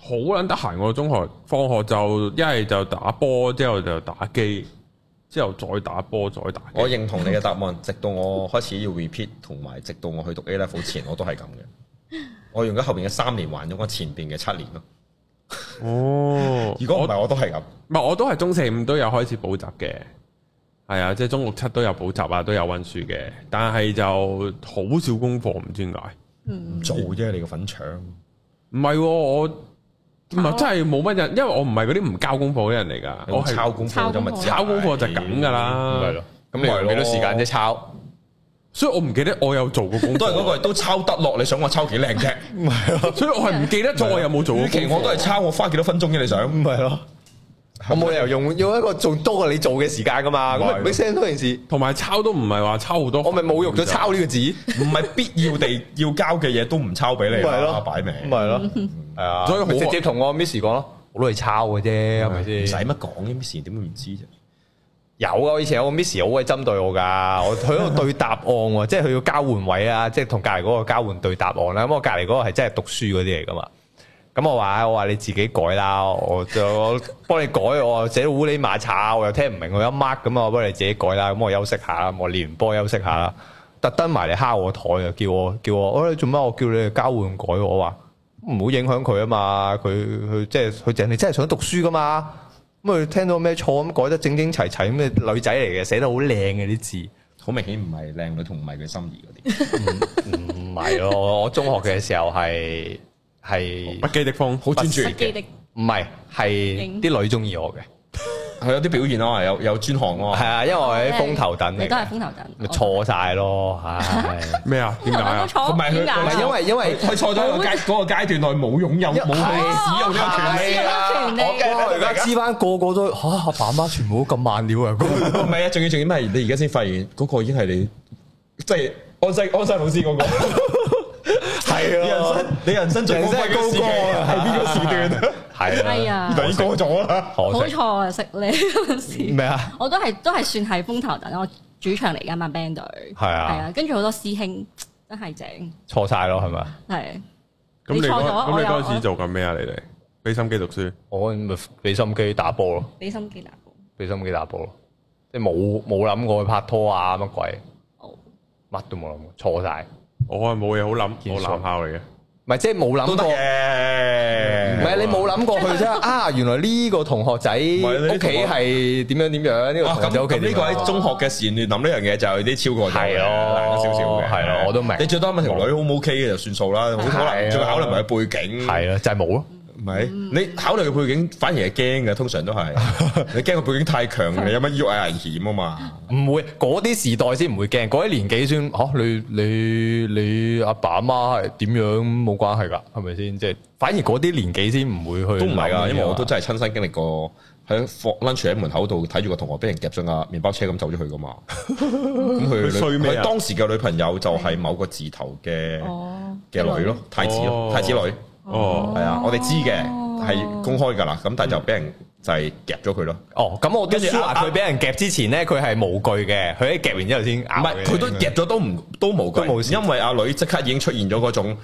Speaker 1: 好撚得閒，我中學放學就一係就打波，之後就打機，之後再打波，再打機。
Speaker 4: 我認同你嘅答案，直到我開始要 repeat，同埋直到我去讀 A level 前，我都係咁嘅。我用咗後邊嘅三年還咗我前邊嘅七年咯。
Speaker 1: 哦，
Speaker 4: 如果唔係，我都係咁。
Speaker 1: 唔係，我都係中四五都有開始補習嘅，係啊，即係中六七都有補習啊，都有温書嘅，但係就好少功課，唔知點解。
Speaker 2: 嗯，
Speaker 4: 做啫，你個粉腸。
Speaker 1: 唔係喎，我
Speaker 2: 哦
Speaker 1: 唔係真係冇乜人，因為我唔係嗰啲唔交功課嘅人嚟㗎，我
Speaker 4: 我
Speaker 1: 係
Speaker 4: 哦抄功課就咪
Speaker 1: 抄功課就咁㗎。啦。
Speaker 3: 係咯，咁你用幾多時間啫抄？
Speaker 1: 所以我唔記得我有做過功課，
Speaker 4: 都係嗰句，都抄得落。你想我抄幾靚啫？
Speaker 1: 所以我係唔記得咗我有冇做過
Speaker 4: 與
Speaker 1: 功
Speaker 4: 其
Speaker 1: 課。
Speaker 4: 我都係抄，我花幾多分鐘啫？你想？
Speaker 3: 係咯，我冇理由用用一個做多過你做嘅時間噶嘛，咁咪
Speaker 4: 咪
Speaker 3: make sense 嗰件事，
Speaker 1: 同埋抄都唔係話抄好多，
Speaker 3: 我咪侮辱咗抄呢個字，
Speaker 4: 唔係必要地要交嘅嘢都唔抄俾你
Speaker 3: 咪係
Speaker 4: 啦，
Speaker 3: 咯
Speaker 4: 擺明
Speaker 3: 咪係咯，係啊，
Speaker 1: 所以好
Speaker 3: 咪直接同我 miss 講咯，我都係抄嘅啫，係咪
Speaker 4: 唔使
Speaker 3: 先？
Speaker 4: 乜講嘅，咩事點會唔知啫？
Speaker 3: 有啊，我以前有個 miss 好鬼針對我㗎，我佢喺度對答案喎， 即係佢要交換位啊，即係同隔離嗰個交換對答案啦。咁我隔離嗰個係真係讀書嗰啲嚟㗎嘛。咁我話唉我話你自己改啦，我就我幫你改，我寫到烏哩馬查，我又聽唔明我一 mark 咁啊，我幫你自己改啦。咁我休息下，我練完波休息下啦，特登埋嚟敲我台啊，叫我叫我，哎你做乜？我叫你哋交換改，我話唔好影響佢啊嘛，佢佢即係佢淨係真係想讀書噶嘛。咁佢聽到咩錯咁改得整整齊齊，咁你女仔嚟嘅，寫得好靚嘅啲字。
Speaker 4: 好明顯唔係靚女同唔係佢心儀 嗰啲，
Speaker 3: 唔係咯，我中學嘅時候係係
Speaker 1: 不羈的風，好
Speaker 4: 專注
Speaker 2: 失機的
Speaker 3: 唔係係啲女中意我嘅。
Speaker 4: 佢有啲表現咯，有有專項咯
Speaker 3: 系，啊，因為我喺風頭等
Speaker 2: 你
Speaker 3: 嚟
Speaker 2: 都係
Speaker 3: 嘅，
Speaker 2: 風頭等，
Speaker 3: 咪錯晒咯，唉，
Speaker 1: 咩啊？點解啊？
Speaker 2: 我都錯
Speaker 4: 同埋佢
Speaker 2: 點解啊
Speaker 3: 哦唔係因為因為
Speaker 4: 佢錯咗一個階嗰個階段內冇擁有
Speaker 3: 一
Speaker 4: 冇去使用呢個權利。
Speaker 2: 係啊我
Speaker 3: 我
Speaker 2: 驚
Speaker 3: 而家知翻個個都吓阿爸媽全部都咁慢料啊，咁
Speaker 4: 唔係啊，仲要仲要咩？你而家先發現嗰個已經係你，即係安西安西老師嗰個。 你
Speaker 3: 係
Speaker 4: 人
Speaker 3: 啊
Speaker 4: 生，你人生最高峰嘅時期啊係邊個時段？
Speaker 3: 係
Speaker 2: 係
Speaker 3: 啊，
Speaker 2: 啊，
Speaker 4: 已經過咗啦。
Speaker 2: 好
Speaker 3: 可惜
Speaker 2: 錯啊！識你嗰陣時。
Speaker 3: 咩啊？
Speaker 2: 我都係都係算係風頭等，我主場嚟噶嘛 band 隊，
Speaker 3: 係啊
Speaker 2: 係啊，跟住好多師兄真係正，
Speaker 3: 錯晒咯，係咪？
Speaker 2: 係
Speaker 1: 咁你
Speaker 2: 你錯
Speaker 1: 嗰
Speaker 2: 咗
Speaker 1: 咁
Speaker 2: 我
Speaker 1: 你
Speaker 2: 有
Speaker 1: 嗰陣時
Speaker 2: 我
Speaker 1: 做緊咩啊？你哋俾心機讀書，
Speaker 3: 我咪俾心機打波咯，
Speaker 2: 俾心機打波。
Speaker 3: 俾心機打波咯，即係冇冇諗過去拍拖啊乜鬼，
Speaker 2: 哦
Speaker 3: 乜都冇諗過，錯晒，
Speaker 1: 我係冇嘢好諗，
Speaker 3: 見
Speaker 1: 我
Speaker 3: 識
Speaker 1: 男校嚟嘅。
Speaker 3: 唔係即係冇諗過。唔
Speaker 4: 嘅
Speaker 3: 係你冇諗過佢啫 啊！原來呢個同學仔
Speaker 4: 係呢啲
Speaker 3: 屋企
Speaker 4: 同學
Speaker 3: 係點樣點樣，呢個
Speaker 4: 哇！
Speaker 3: 同學
Speaker 4: 啊咁
Speaker 3: 仔屋企
Speaker 4: 咁
Speaker 3: 點
Speaker 4: 呢個
Speaker 3: 樣
Speaker 4: 喺中學嘅時段諗呢樣嘢就有啲超過咗嘅，
Speaker 3: 係咯
Speaker 4: 難咗少少嘅，
Speaker 3: 係咯我都明
Speaker 4: 你最多問條女 O 唔 OK 嘅就算數啦，好可能
Speaker 3: 係
Speaker 4: 仲要
Speaker 3: 啊
Speaker 4: 考慮埋佢背景，
Speaker 3: 係啦，就係冇咯。
Speaker 4: 唔係你考慮佢背景反而係驚嘅，通常都係 你驚個背景太 強，你有乜意外危險啊嘛？
Speaker 3: 唔會嗰啲時代先唔會驚，嗰啲年紀先嚇你你你阿爸阿媽係點樣冇關係㗎，係咪先？即係反而嗰啲年紀先唔會去
Speaker 4: 都唔係
Speaker 3: 諗
Speaker 4: 㗎，
Speaker 3: 呢
Speaker 4: 因為
Speaker 3: 樣
Speaker 4: 我都真係親身經歷過喺放 lunch 喺門口度睇住個同學俾人夾上架麵包車咁走咗去㗎 嘛。咁
Speaker 1: 佢
Speaker 4: 佢
Speaker 1: 衰咩啊
Speaker 4: 佢當時嘅女朋友就係某個字頭嘅
Speaker 2: 哦
Speaker 4: 嘅女咯，，太子
Speaker 1: 哦
Speaker 4: 咯，太子女。
Speaker 1: 哦，
Speaker 4: 係啊，我哋知嘅係公開㗎啦，咁但係就俾人就係夾咗佢咯。
Speaker 3: 哦，咁我都
Speaker 4: 跟住
Speaker 3: sure
Speaker 4: 啊啊
Speaker 3: 佢俾人夾之前咧，佢係無懼嘅，佢喺夾完之後先
Speaker 4: 唔
Speaker 3: 咬
Speaker 4: 係，佢都夾咗都唔都無
Speaker 3: 都冇事
Speaker 4: 懼，因為阿女即刻已經出現咗嗰種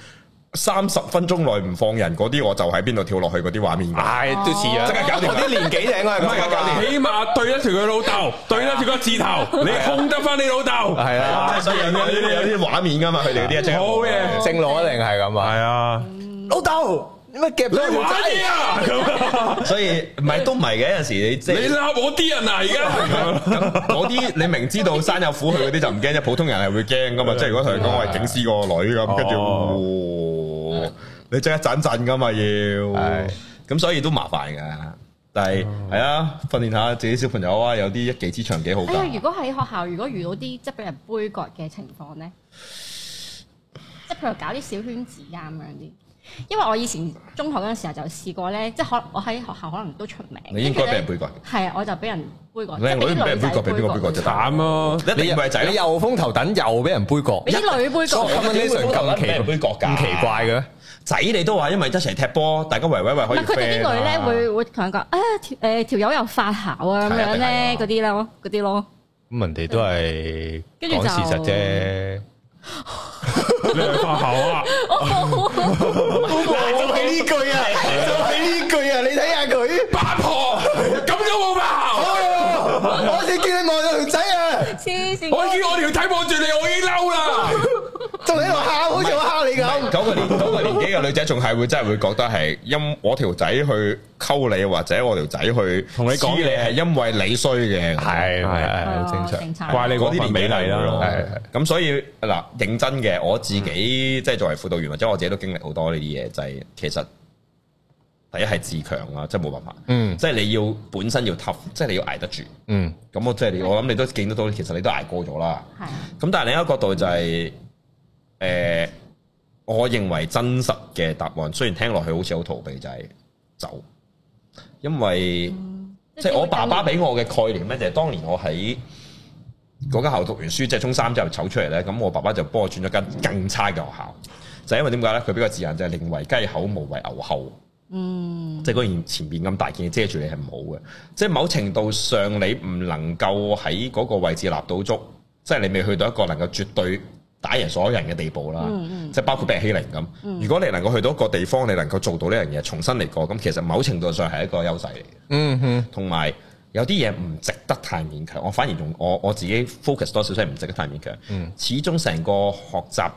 Speaker 4: 三十分鐘內唔放人嗰啲，我就喺邊度跳落去嗰啲畫面㗎。
Speaker 3: 係都似樣，
Speaker 4: 即刻搞掂
Speaker 3: 嗰啲年紀就應該係
Speaker 4: 唔係
Speaker 3: 咁
Speaker 4: 搞掂
Speaker 3: 㗎
Speaker 1: 起碼對得住佢老豆，對得住個字頭，你控得翻你老豆。
Speaker 3: 係
Speaker 4: 即
Speaker 3: 啊
Speaker 4: 係，所以有啲有啲有啲畫面㗎嘛，佢哋嗰啲即刻
Speaker 1: 好嘢
Speaker 3: 正路一定係咁啊。
Speaker 1: 係啊，
Speaker 3: 老豆，你咪夾咗
Speaker 1: 你
Speaker 3: 條
Speaker 1: 玩嘢
Speaker 3: 仔。
Speaker 1: 啊！ 咁啊
Speaker 4: 所以唔係都唔係嘅，有陣時你即
Speaker 1: 你
Speaker 4: 係
Speaker 1: 鬧我啲人啊！ 而家
Speaker 4: 嗰啲你明知道山有虎去嗰啲就唔驚啫，普通人係會驚噶嘛。即係如果同佢講我係警司個女咁，跟住哇你即刻震震噶啊嘛要，
Speaker 3: 係
Speaker 4: 咁所以都麻煩噶。但係係啊，訓練下自己小朋友啊，有啲一技之長幾好
Speaker 2: 哎呀，如
Speaker 4: 㗎。
Speaker 2: 果喺學校如果遇到啲即係俾人杯葛嘅情況咧，即係譬如搞啲小圈子啊咁樣啲。因為我以前中學嗰陣時候就試過咧，即係可能我喺學校可能都出名。
Speaker 4: 你應該俾人杯葛，
Speaker 2: 係啊，我就俾人杯葛，即
Speaker 4: 靚
Speaker 2: 係
Speaker 4: 女
Speaker 2: 俾
Speaker 4: 唔
Speaker 2: 啲
Speaker 4: 俾人
Speaker 2: 女
Speaker 4: 杯
Speaker 2: 仔
Speaker 4: 葛，俾邊個杯葛啫？大佬
Speaker 1: 慘咯，
Speaker 4: 一定唔係仔
Speaker 3: 哎你啊
Speaker 4: 咯，
Speaker 3: 又風頭等，又俾人杯葛，
Speaker 2: 俾啲女杯葛。
Speaker 3: 所以
Speaker 4: 點會
Speaker 3: combination 咁
Speaker 4: 俾人杯
Speaker 3: 奇
Speaker 4: 葛㗎
Speaker 3: 咁奇怪嘅咩？
Speaker 4: 仔你都話因為一齊踢波，大家圍圍圍
Speaker 2: 唔
Speaker 4: 可以
Speaker 2: 係佢哋
Speaker 4: friend
Speaker 2: 啲女咧
Speaker 4: 啊
Speaker 2: 會會同人講啊條誒條友又發姣啊咁
Speaker 4: 係啊
Speaker 2: 樣咧
Speaker 4: 一定係啊
Speaker 2: 嗰啲咧嗰 啲咯，
Speaker 3: 咁人哋都係
Speaker 2: 嗯跟住就
Speaker 3: 講事實啫。
Speaker 1: 你係發姣啊！
Speaker 3: 就係呢句啊，就係呢句啊！你睇下佢，
Speaker 1: 八婆，咁都冇發姣。
Speaker 4: 哎
Speaker 3: 我先見你望咗條仔啊，
Speaker 2: 黐線！
Speaker 1: 我已經我條睇望住你，我已經嬲啦。
Speaker 3: 仲喺度喊，好似我蝦你咁。
Speaker 4: 九個年九個年紀嘅女仔仲係會真係會覺得係因我條仔去溝你，或者我條仔去
Speaker 1: 同你講
Speaker 4: 知你係因為你衰嘅，
Speaker 3: 係
Speaker 2: 哦
Speaker 3: 係正常，
Speaker 2: 正常
Speaker 1: 怪你嗰
Speaker 4: 嗰
Speaker 1: 份
Speaker 4: 啲
Speaker 1: 美
Speaker 4: 年紀
Speaker 1: 麗
Speaker 4: 係會
Speaker 1: 啦
Speaker 4: 咯。
Speaker 3: 係係
Speaker 4: 咁所以嗱，認真嘅我自己即係作為輔導員或者我自己都經歷好多呢啲嘢，就係其實第一係自強啦，即係冇辦法，
Speaker 3: 嗯
Speaker 4: 即係你要本身要 tough，即係你要捱得住。
Speaker 3: 嗯，
Speaker 4: 咁我即係你我諗你都見得到，其實你都捱過咗啦。
Speaker 2: 係啊
Speaker 4: 咁但係另一個角度就係、誒、我認為真實嘅答案，雖然聽落去好似好逃避，就係、走，因為即係我爸爸俾我嘅概念咧，就係當年我喺嗰間學校讀完書，即係中三之後走出嚟咧，咁我爸爸就幫我轉咗間更差嘅學校，就係因為點解咧？佢俾個字眼就係寧為雞口，無為牛後。
Speaker 2: 嗯，
Speaker 4: 即係嗰件前邊咁大件嘢遮住你係唔好嘅，即係某程度上你唔能夠喺嗰個位置立到足，即係你未去到一個能夠絕對打贏所有人嘅地步啦。
Speaker 2: 嗯嗯
Speaker 4: 即係包括俾人欺凌咁。如果你能夠去到一個地方，你能夠做到呢樣嘢，重新嚟過，咁其實某程度上係一個優勢嚟嘅。
Speaker 3: 嗯嗯。
Speaker 4: 同埋有啲嘢唔值得太勉強，我反而用我我自己 focus 多少少係唔值得太勉強。
Speaker 3: 嗯
Speaker 4: 始終成個學習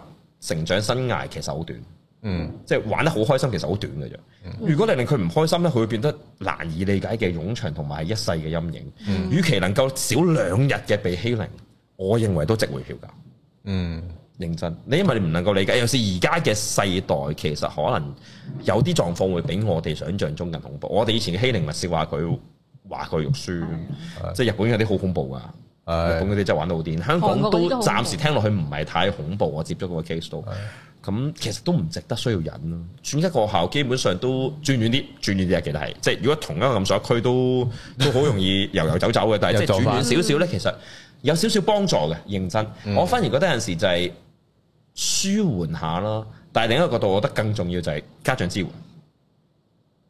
Speaker 4: 成長生涯其實好短。
Speaker 3: 嗯
Speaker 4: 即係玩得好開心，其實好短嘅啫。如果你令佢唔開心咧，佢會變得難以理解嘅冗長同埋一世嘅陰影。與其能夠少兩日嘅被欺凌，我認為都值回票價。
Speaker 3: 嗯
Speaker 4: 認真，你因為你唔能夠理解，有時而家嘅世代其實可能有啲狀況會比我哋想象中更恐怖。我哋以前嘅欺凌咪笑話佢話佢肉酸，即係日本有啲好恐怖噶。日
Speaker 3: 係
Speaker 4: 本嗰啲真係玩到好癲，香港
Speaker 2: 韓國嗰啲都
Speaker 4: 都
Speaker 2: 好
Speaker 4: 暫時聽落去唔係太恐怖，啊我接觸嗰個 case 都，咁其實都唔值得需要忍咯。轉一個學校基本上都轉遠啲，轉遠啲啊，其實係，即係如果同一個咁上一區都都好容易遊遊走走嘅， 但係
Speaker 3: 有
Speaker 4: 即係
Speaker 3: 做
Speaker 4: 轉
Speaker 3: 法
Speaker 4: 遠少少咧，其實有少少幫助嘅，認真。
Speaker 3: 嗯
Speaker 4: 我反而覺得有陣時就係舒緩下啦，但係另一個角度，我覺得更重要就係家長支援。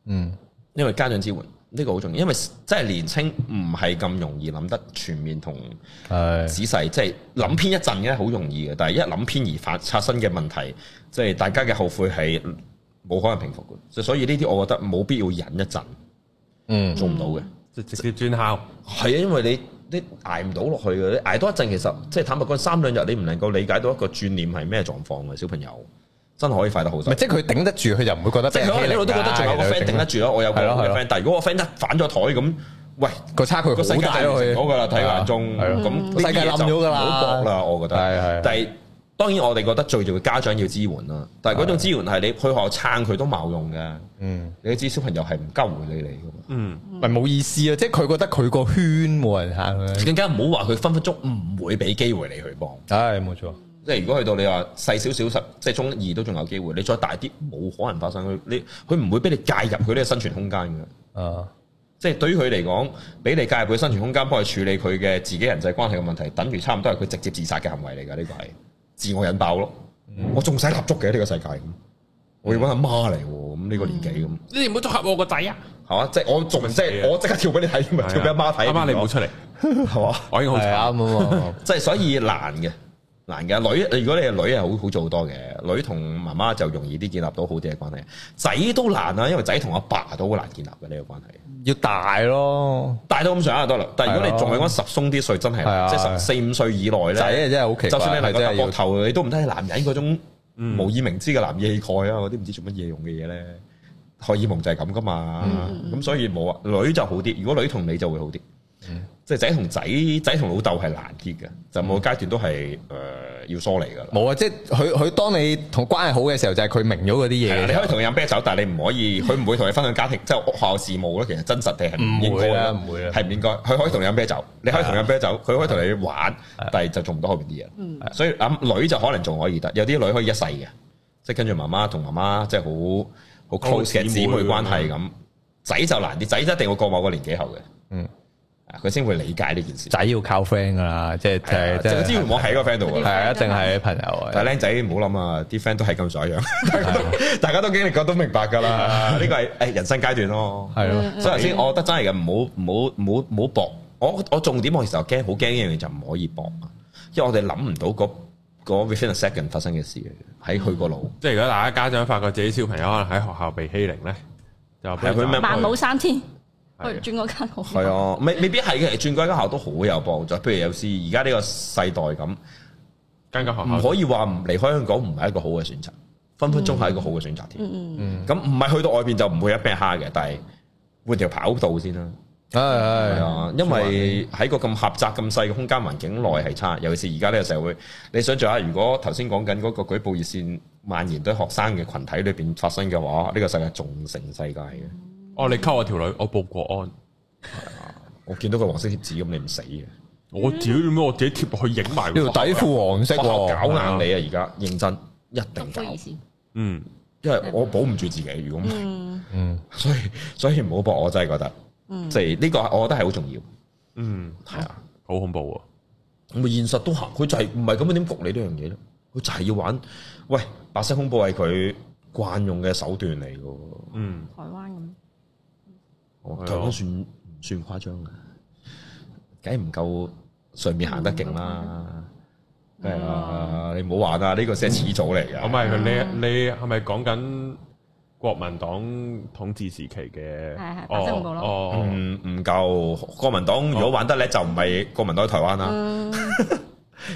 Speaker 3: 嗯
Speaker 4: 因為家長支援呢個好重要，因為真係年青唔係咁容易諗得全面同
Speaker 3: 係
Speaker 4: 仔細，即係諗偏一陣嘅好容易嘅，但係一諗偏而發發生嘅問題，即係大家嘅後悔係冇可能平復嘅，所以所以呢啲我覺得冇必要忍一陣，
Speaker 3: 嗯
Speaker 4: 做唔到嘅。
Speaker 1: 即係 直接轉校。
Speaker 4: 係啊，因為你你捱唔到落去嘅，你捱多一陣，其實即係坦白講，三兩日你唔能夠理解到一個轉念係咩狀況嘅小朋友，真係可以快得好
Speaker 3: 咪
Speaker 4: 多。
Speaker 3: 即係佢頂得住，佢就唔會覺得
Speaker 4: 即係佢可能一路都覺得仲有個 friend 頂得住咯，我有個
Speaker 3: 係咯
Speaker 4: 我
Speaker 3: 係
Speaker 4: 嘅
Speaker 3: 咯
Speaker 4: friend，但係如果個 friend 一反咗台咁，喂
Speaker 3: 個差距
Speaker 4: 個世
Speaker 3: 好
Speaker 4: 界
Speaker 3: 大
Speaker 4: 就
Speaker 3: 咯，佢
Speaker 4: 好噶啦，睇眼中
Speaker 3: 係咯
Speaker 4: 咁呢啲
Speaker 3: 世界冧咗㗎啦
Speaker 4: 嘢就唔好搏啦，我覺得。
Speaker 3: 係係
Speaker 4: 但係當然我哋覺得最重要家長要支援啦，但係嗰種支援係你去學校撐佢都冇用嘅，
Speaker 3: 嗯，
Speaker 4: 你都知小朋友係唔夠回你嚟㗎嘛。
Speaker 1: 嗯，
Speaker 3: 咪冇意思啊！即係佢覺得佢個圈冇人行啊，
Speaker 4: 更加唔好話佢分分鐘唔會俾機會你去幫，
Speaker 3: 唉冇錯，
Speaker 4: 即係如果去到你話細少少十，即係中二都仲有機會，你再大啲冇可能發生佢，你佢唔會俾你介入佢呢個生存空間嘅。
Speaker 3: 啊
Speaker 4: 即係對於佢嚟講，俾你介入佢生存空間，幫佢處理佢嘅自己人際關係嘅問題，等於差唔多係佢直接自殺嘅行為嚟㗎。呢個係自我引爆咯。
Speaker 1: 嗯
Speaker 4: 我仲使立足嘅呢個世界咁，我要揾阿媽嚟喎。咁呢個年紀咁，
Speaker 1: 你哋唔好捉合我個仔啊！
Speaker 4: 係嘛？即係我仲即
Speaker 1: 死
Speaker 4: 係
Speaker 1: 啊
Speaker 4: 我即刻跳俾你睇，咪跳俾阿媽睇。
Speaker 1: 阿媽你唔好出嚟，啊
Speaker 4: 係嘛？
Speaker 1: 我已經好
Speaker 3: 係
Speaker 1: 慘。
Speaker 3: 啱啊嘛，
Speaker 4: 即係所以難嘅，難嘅。女，如果你係女係好好做好多嘅，女同媽媽就容易啲建立到好啲嘅關係。仔都難啊，因為仔同阿爸都好難建立嘅呢個關係。
Speaker 3: 要大咯，
Speaker 4: 大到咁上下就得啦，但係如果你仲係講十鬆啲歲，真係
Speaker 3: 係啊
Speaker 4: 難即係十四五歲以內
Speaker 3: 仔啊
Speaker 4: 咧，
Speaker 3: 真係好奇怪，
Speaker 4: 就算你能夠
Speaker 3: 真
Speaker 4: 搭
Speaker 3: 係要嗯
Speaker 4: 膊頭，你都唔睇係男人嗰種無以明知嘅男嘅氣概啊，嗰啲唔知做乜嘢用嘅嘢咧，荷爾蒙就係咁噶嘛，
Speaker 3: 嗯
Speaker 4: 咁所以冇啊，女就好啲，如果女同你就會好啲，
Speaker 3: 嗯
Speaker 4: 即係仔同仔，仔同老豆係難啲嘅，就每個階段都係誒要疏離噶啦。
Speaker 3: 冇啊！即係佢佢當你同關係好嘅時候，就係佢明咗嗰啲
Speaker 4: 係
Speaker 3: 嘢
Speaker 4: 啊
Speaker 3: 嘅
Speaker 4: 你
Speaker 3: 時候
Speaker 4: 可以同佢飲啤酒，但係你唔可以，佢唔會同你分享家庭，即係學校事務咯。其實真實地係唔應該
Speaker 3: 唔會
Speaker 4: 嘅
Speaker 3: 啦唔會啦
Speaker 4: 係唔應該。佢可以同你飲啤酒，你可以同佢飲啤酒，佢可以同你玩，但係就做唔到後邊啲嘢。所以啊諗女就可能仲可以得，有啲女可以一世嘅，即係跟住媽媽同媽媽即係好好 close 嘅姊妹關係咁。仔就難啲，仔一定會過某個年紀後嘅，
Speaker 3: 嗯
Speaker 4: 啊，佢先會理解呢件事。
Speaker 3: 仔要靠 friend 噶啦，即係即
Speaker 4: 係啊
Speaker 3: 係
Speaker 4: 即係支援網喺個 friend 度㗎啦。
Speaker 3: 係一定係朋友啊。
Speaker 4: 但係僆仔唔好諗啊，啲 friend 都係咁上下樣，大家都 大家都經歷過，都明白㗎啦。呢個係啊誒人生階段咯。
Speaker 3: 係咯，
Speaker 4: 所以頭先我覺得真係嘅，唔好唔好唔好唔好搏。我我重點我其實我驚好驚一樣嘢就唔可以搏啊，因為我哋諗唔到嗰嗰 within a second 發生嘅事喺佢個腦。
Speaker 1: 即係如果大家家長發覺自己小朋友可能喺學校被欺凌咧，就
Speaker 4: 係佢咩
Speaker 2: 萬冇三千，去
Speaker 1: 係
Speaker 2: 轉嗰間好。
Speaker 4: 係啊，未未必係嘅，轉過一間校都好有幫助。譬如有時而家呢個世代咁，
Speaker 1: 間間學
Speaker 4: 唔
Speaker 1: 校
Speaker 4: 可以話唔離開香港唔係一個好嘅選擇，分分鐘係一個好嘅選擇添。咁唔係去到外邊就唔會一劈蝦嘅，但係換條跑道先啦。
Speaker 3: 係係
Speaker 4: 係啊，因為喺個咁狹窄、咁細嘅空間環境內係差，尤其是而家呢個社會。你想象下，如果頭先講緊嗰個舉報熱線蔓延到學生嘅群體裏邊發生嘅話，呢、個世界仲成世界嘅。
Speaker 1: 哦，你溝我條女，我報國安，
Speaker 4: 我見到個黃色貼紙咁，你唔死嘅，
Speaker 1: 我屌點解我自己貼落去影埋
Speaker 3: 條
Speaker 1: 佢？
Speaker 3: 底褲黃色
Speaker 4: 學校
Speaker 3: 喎，
Speaker 4: 搞硬你啊！而家認真一定搞
Speaker 2: 咁，意思。
Speaker 1: 嗯，
Speaker 4: 因為我保唔住自己。如果唔係，
Speaker 2: 嗯，
Speaker 3: 嗯，
Speaker 4: 所以所以唔好搏，我真係覺得
Speaker 2: 嗯
Speaker 4: 即係呢個我覺得係好重要。
Speaker 1: 嗯，
Speaker 4: 係啊，
Speaker 1: 好恐怖
Speaker 4: 咁啊現實都行，佢就係唔係咁樣點焗你呢樣嘢咧？佢就係要玩。喂，白色恐怖係佢慣用嘅手段嚟嘅喎。
Speaker 1: 喎。嗯，
Speaker 2: 台灣咁，
Speaker 4: 我
Speaker 1: 係啊
Speaker 4: 台
Speaker 1: 咯
Speaker 4: 灣算唔算誇張嘅？梗係唔夠上面行得勁啦。
Speaker 1: 嗯
Speaker 4: 係啊，你唔好玩啊！呢個先係始祖嚟
Speaker 1: 我
Speaker 4: 㗎。
Speaker 1: 咪你你係咪講緊國民黨統治時期嘅？
Speaker 2: 係係白
Speaker 1: 哦
Speaker 2: 色恐怖咯
Speaker 1: 哦，哦
Speaker 4: 唔嗯唔夠國民黨，如果玩得咧，就唔係國民黨喺台灣啦。
Speaker 2: 嗯，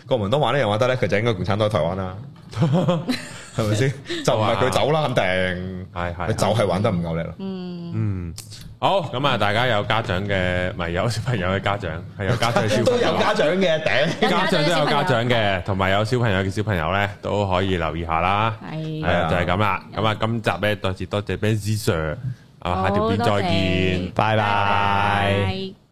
Speaker 4: 國民黨玩呢樣玩得咧，佢就應該共產黨喺台 灣啦，係咪先？就唔係佢走啦，肯定
Speaker 1: 係
Speaker 4: 佢
Speaker 1: 係
Speaker 4: 就係玩得唔夠叻啦。
Speaker 2: 嗯，
Speaker 1: 嗯，好咁啊！大家有家長嘅， 咪有小朋友嘅家長，係有家長嘅小朋友，
Speaker 4: 長嘅頂，
Speaker 1: 家長都有家長嘅，同埋有小朋友嘅小朋友咧，都可以留意下啦。係
Speaker 2: 係
Speaker 1: 啊，就係咁啦。咁啊，今集咧再次多謝 Ben Sir，啊，下條片
Speaker 2: 好多謝
Speaker 1: 再見。
Speaker 3: 拜拜。
Speaker 2: 拜。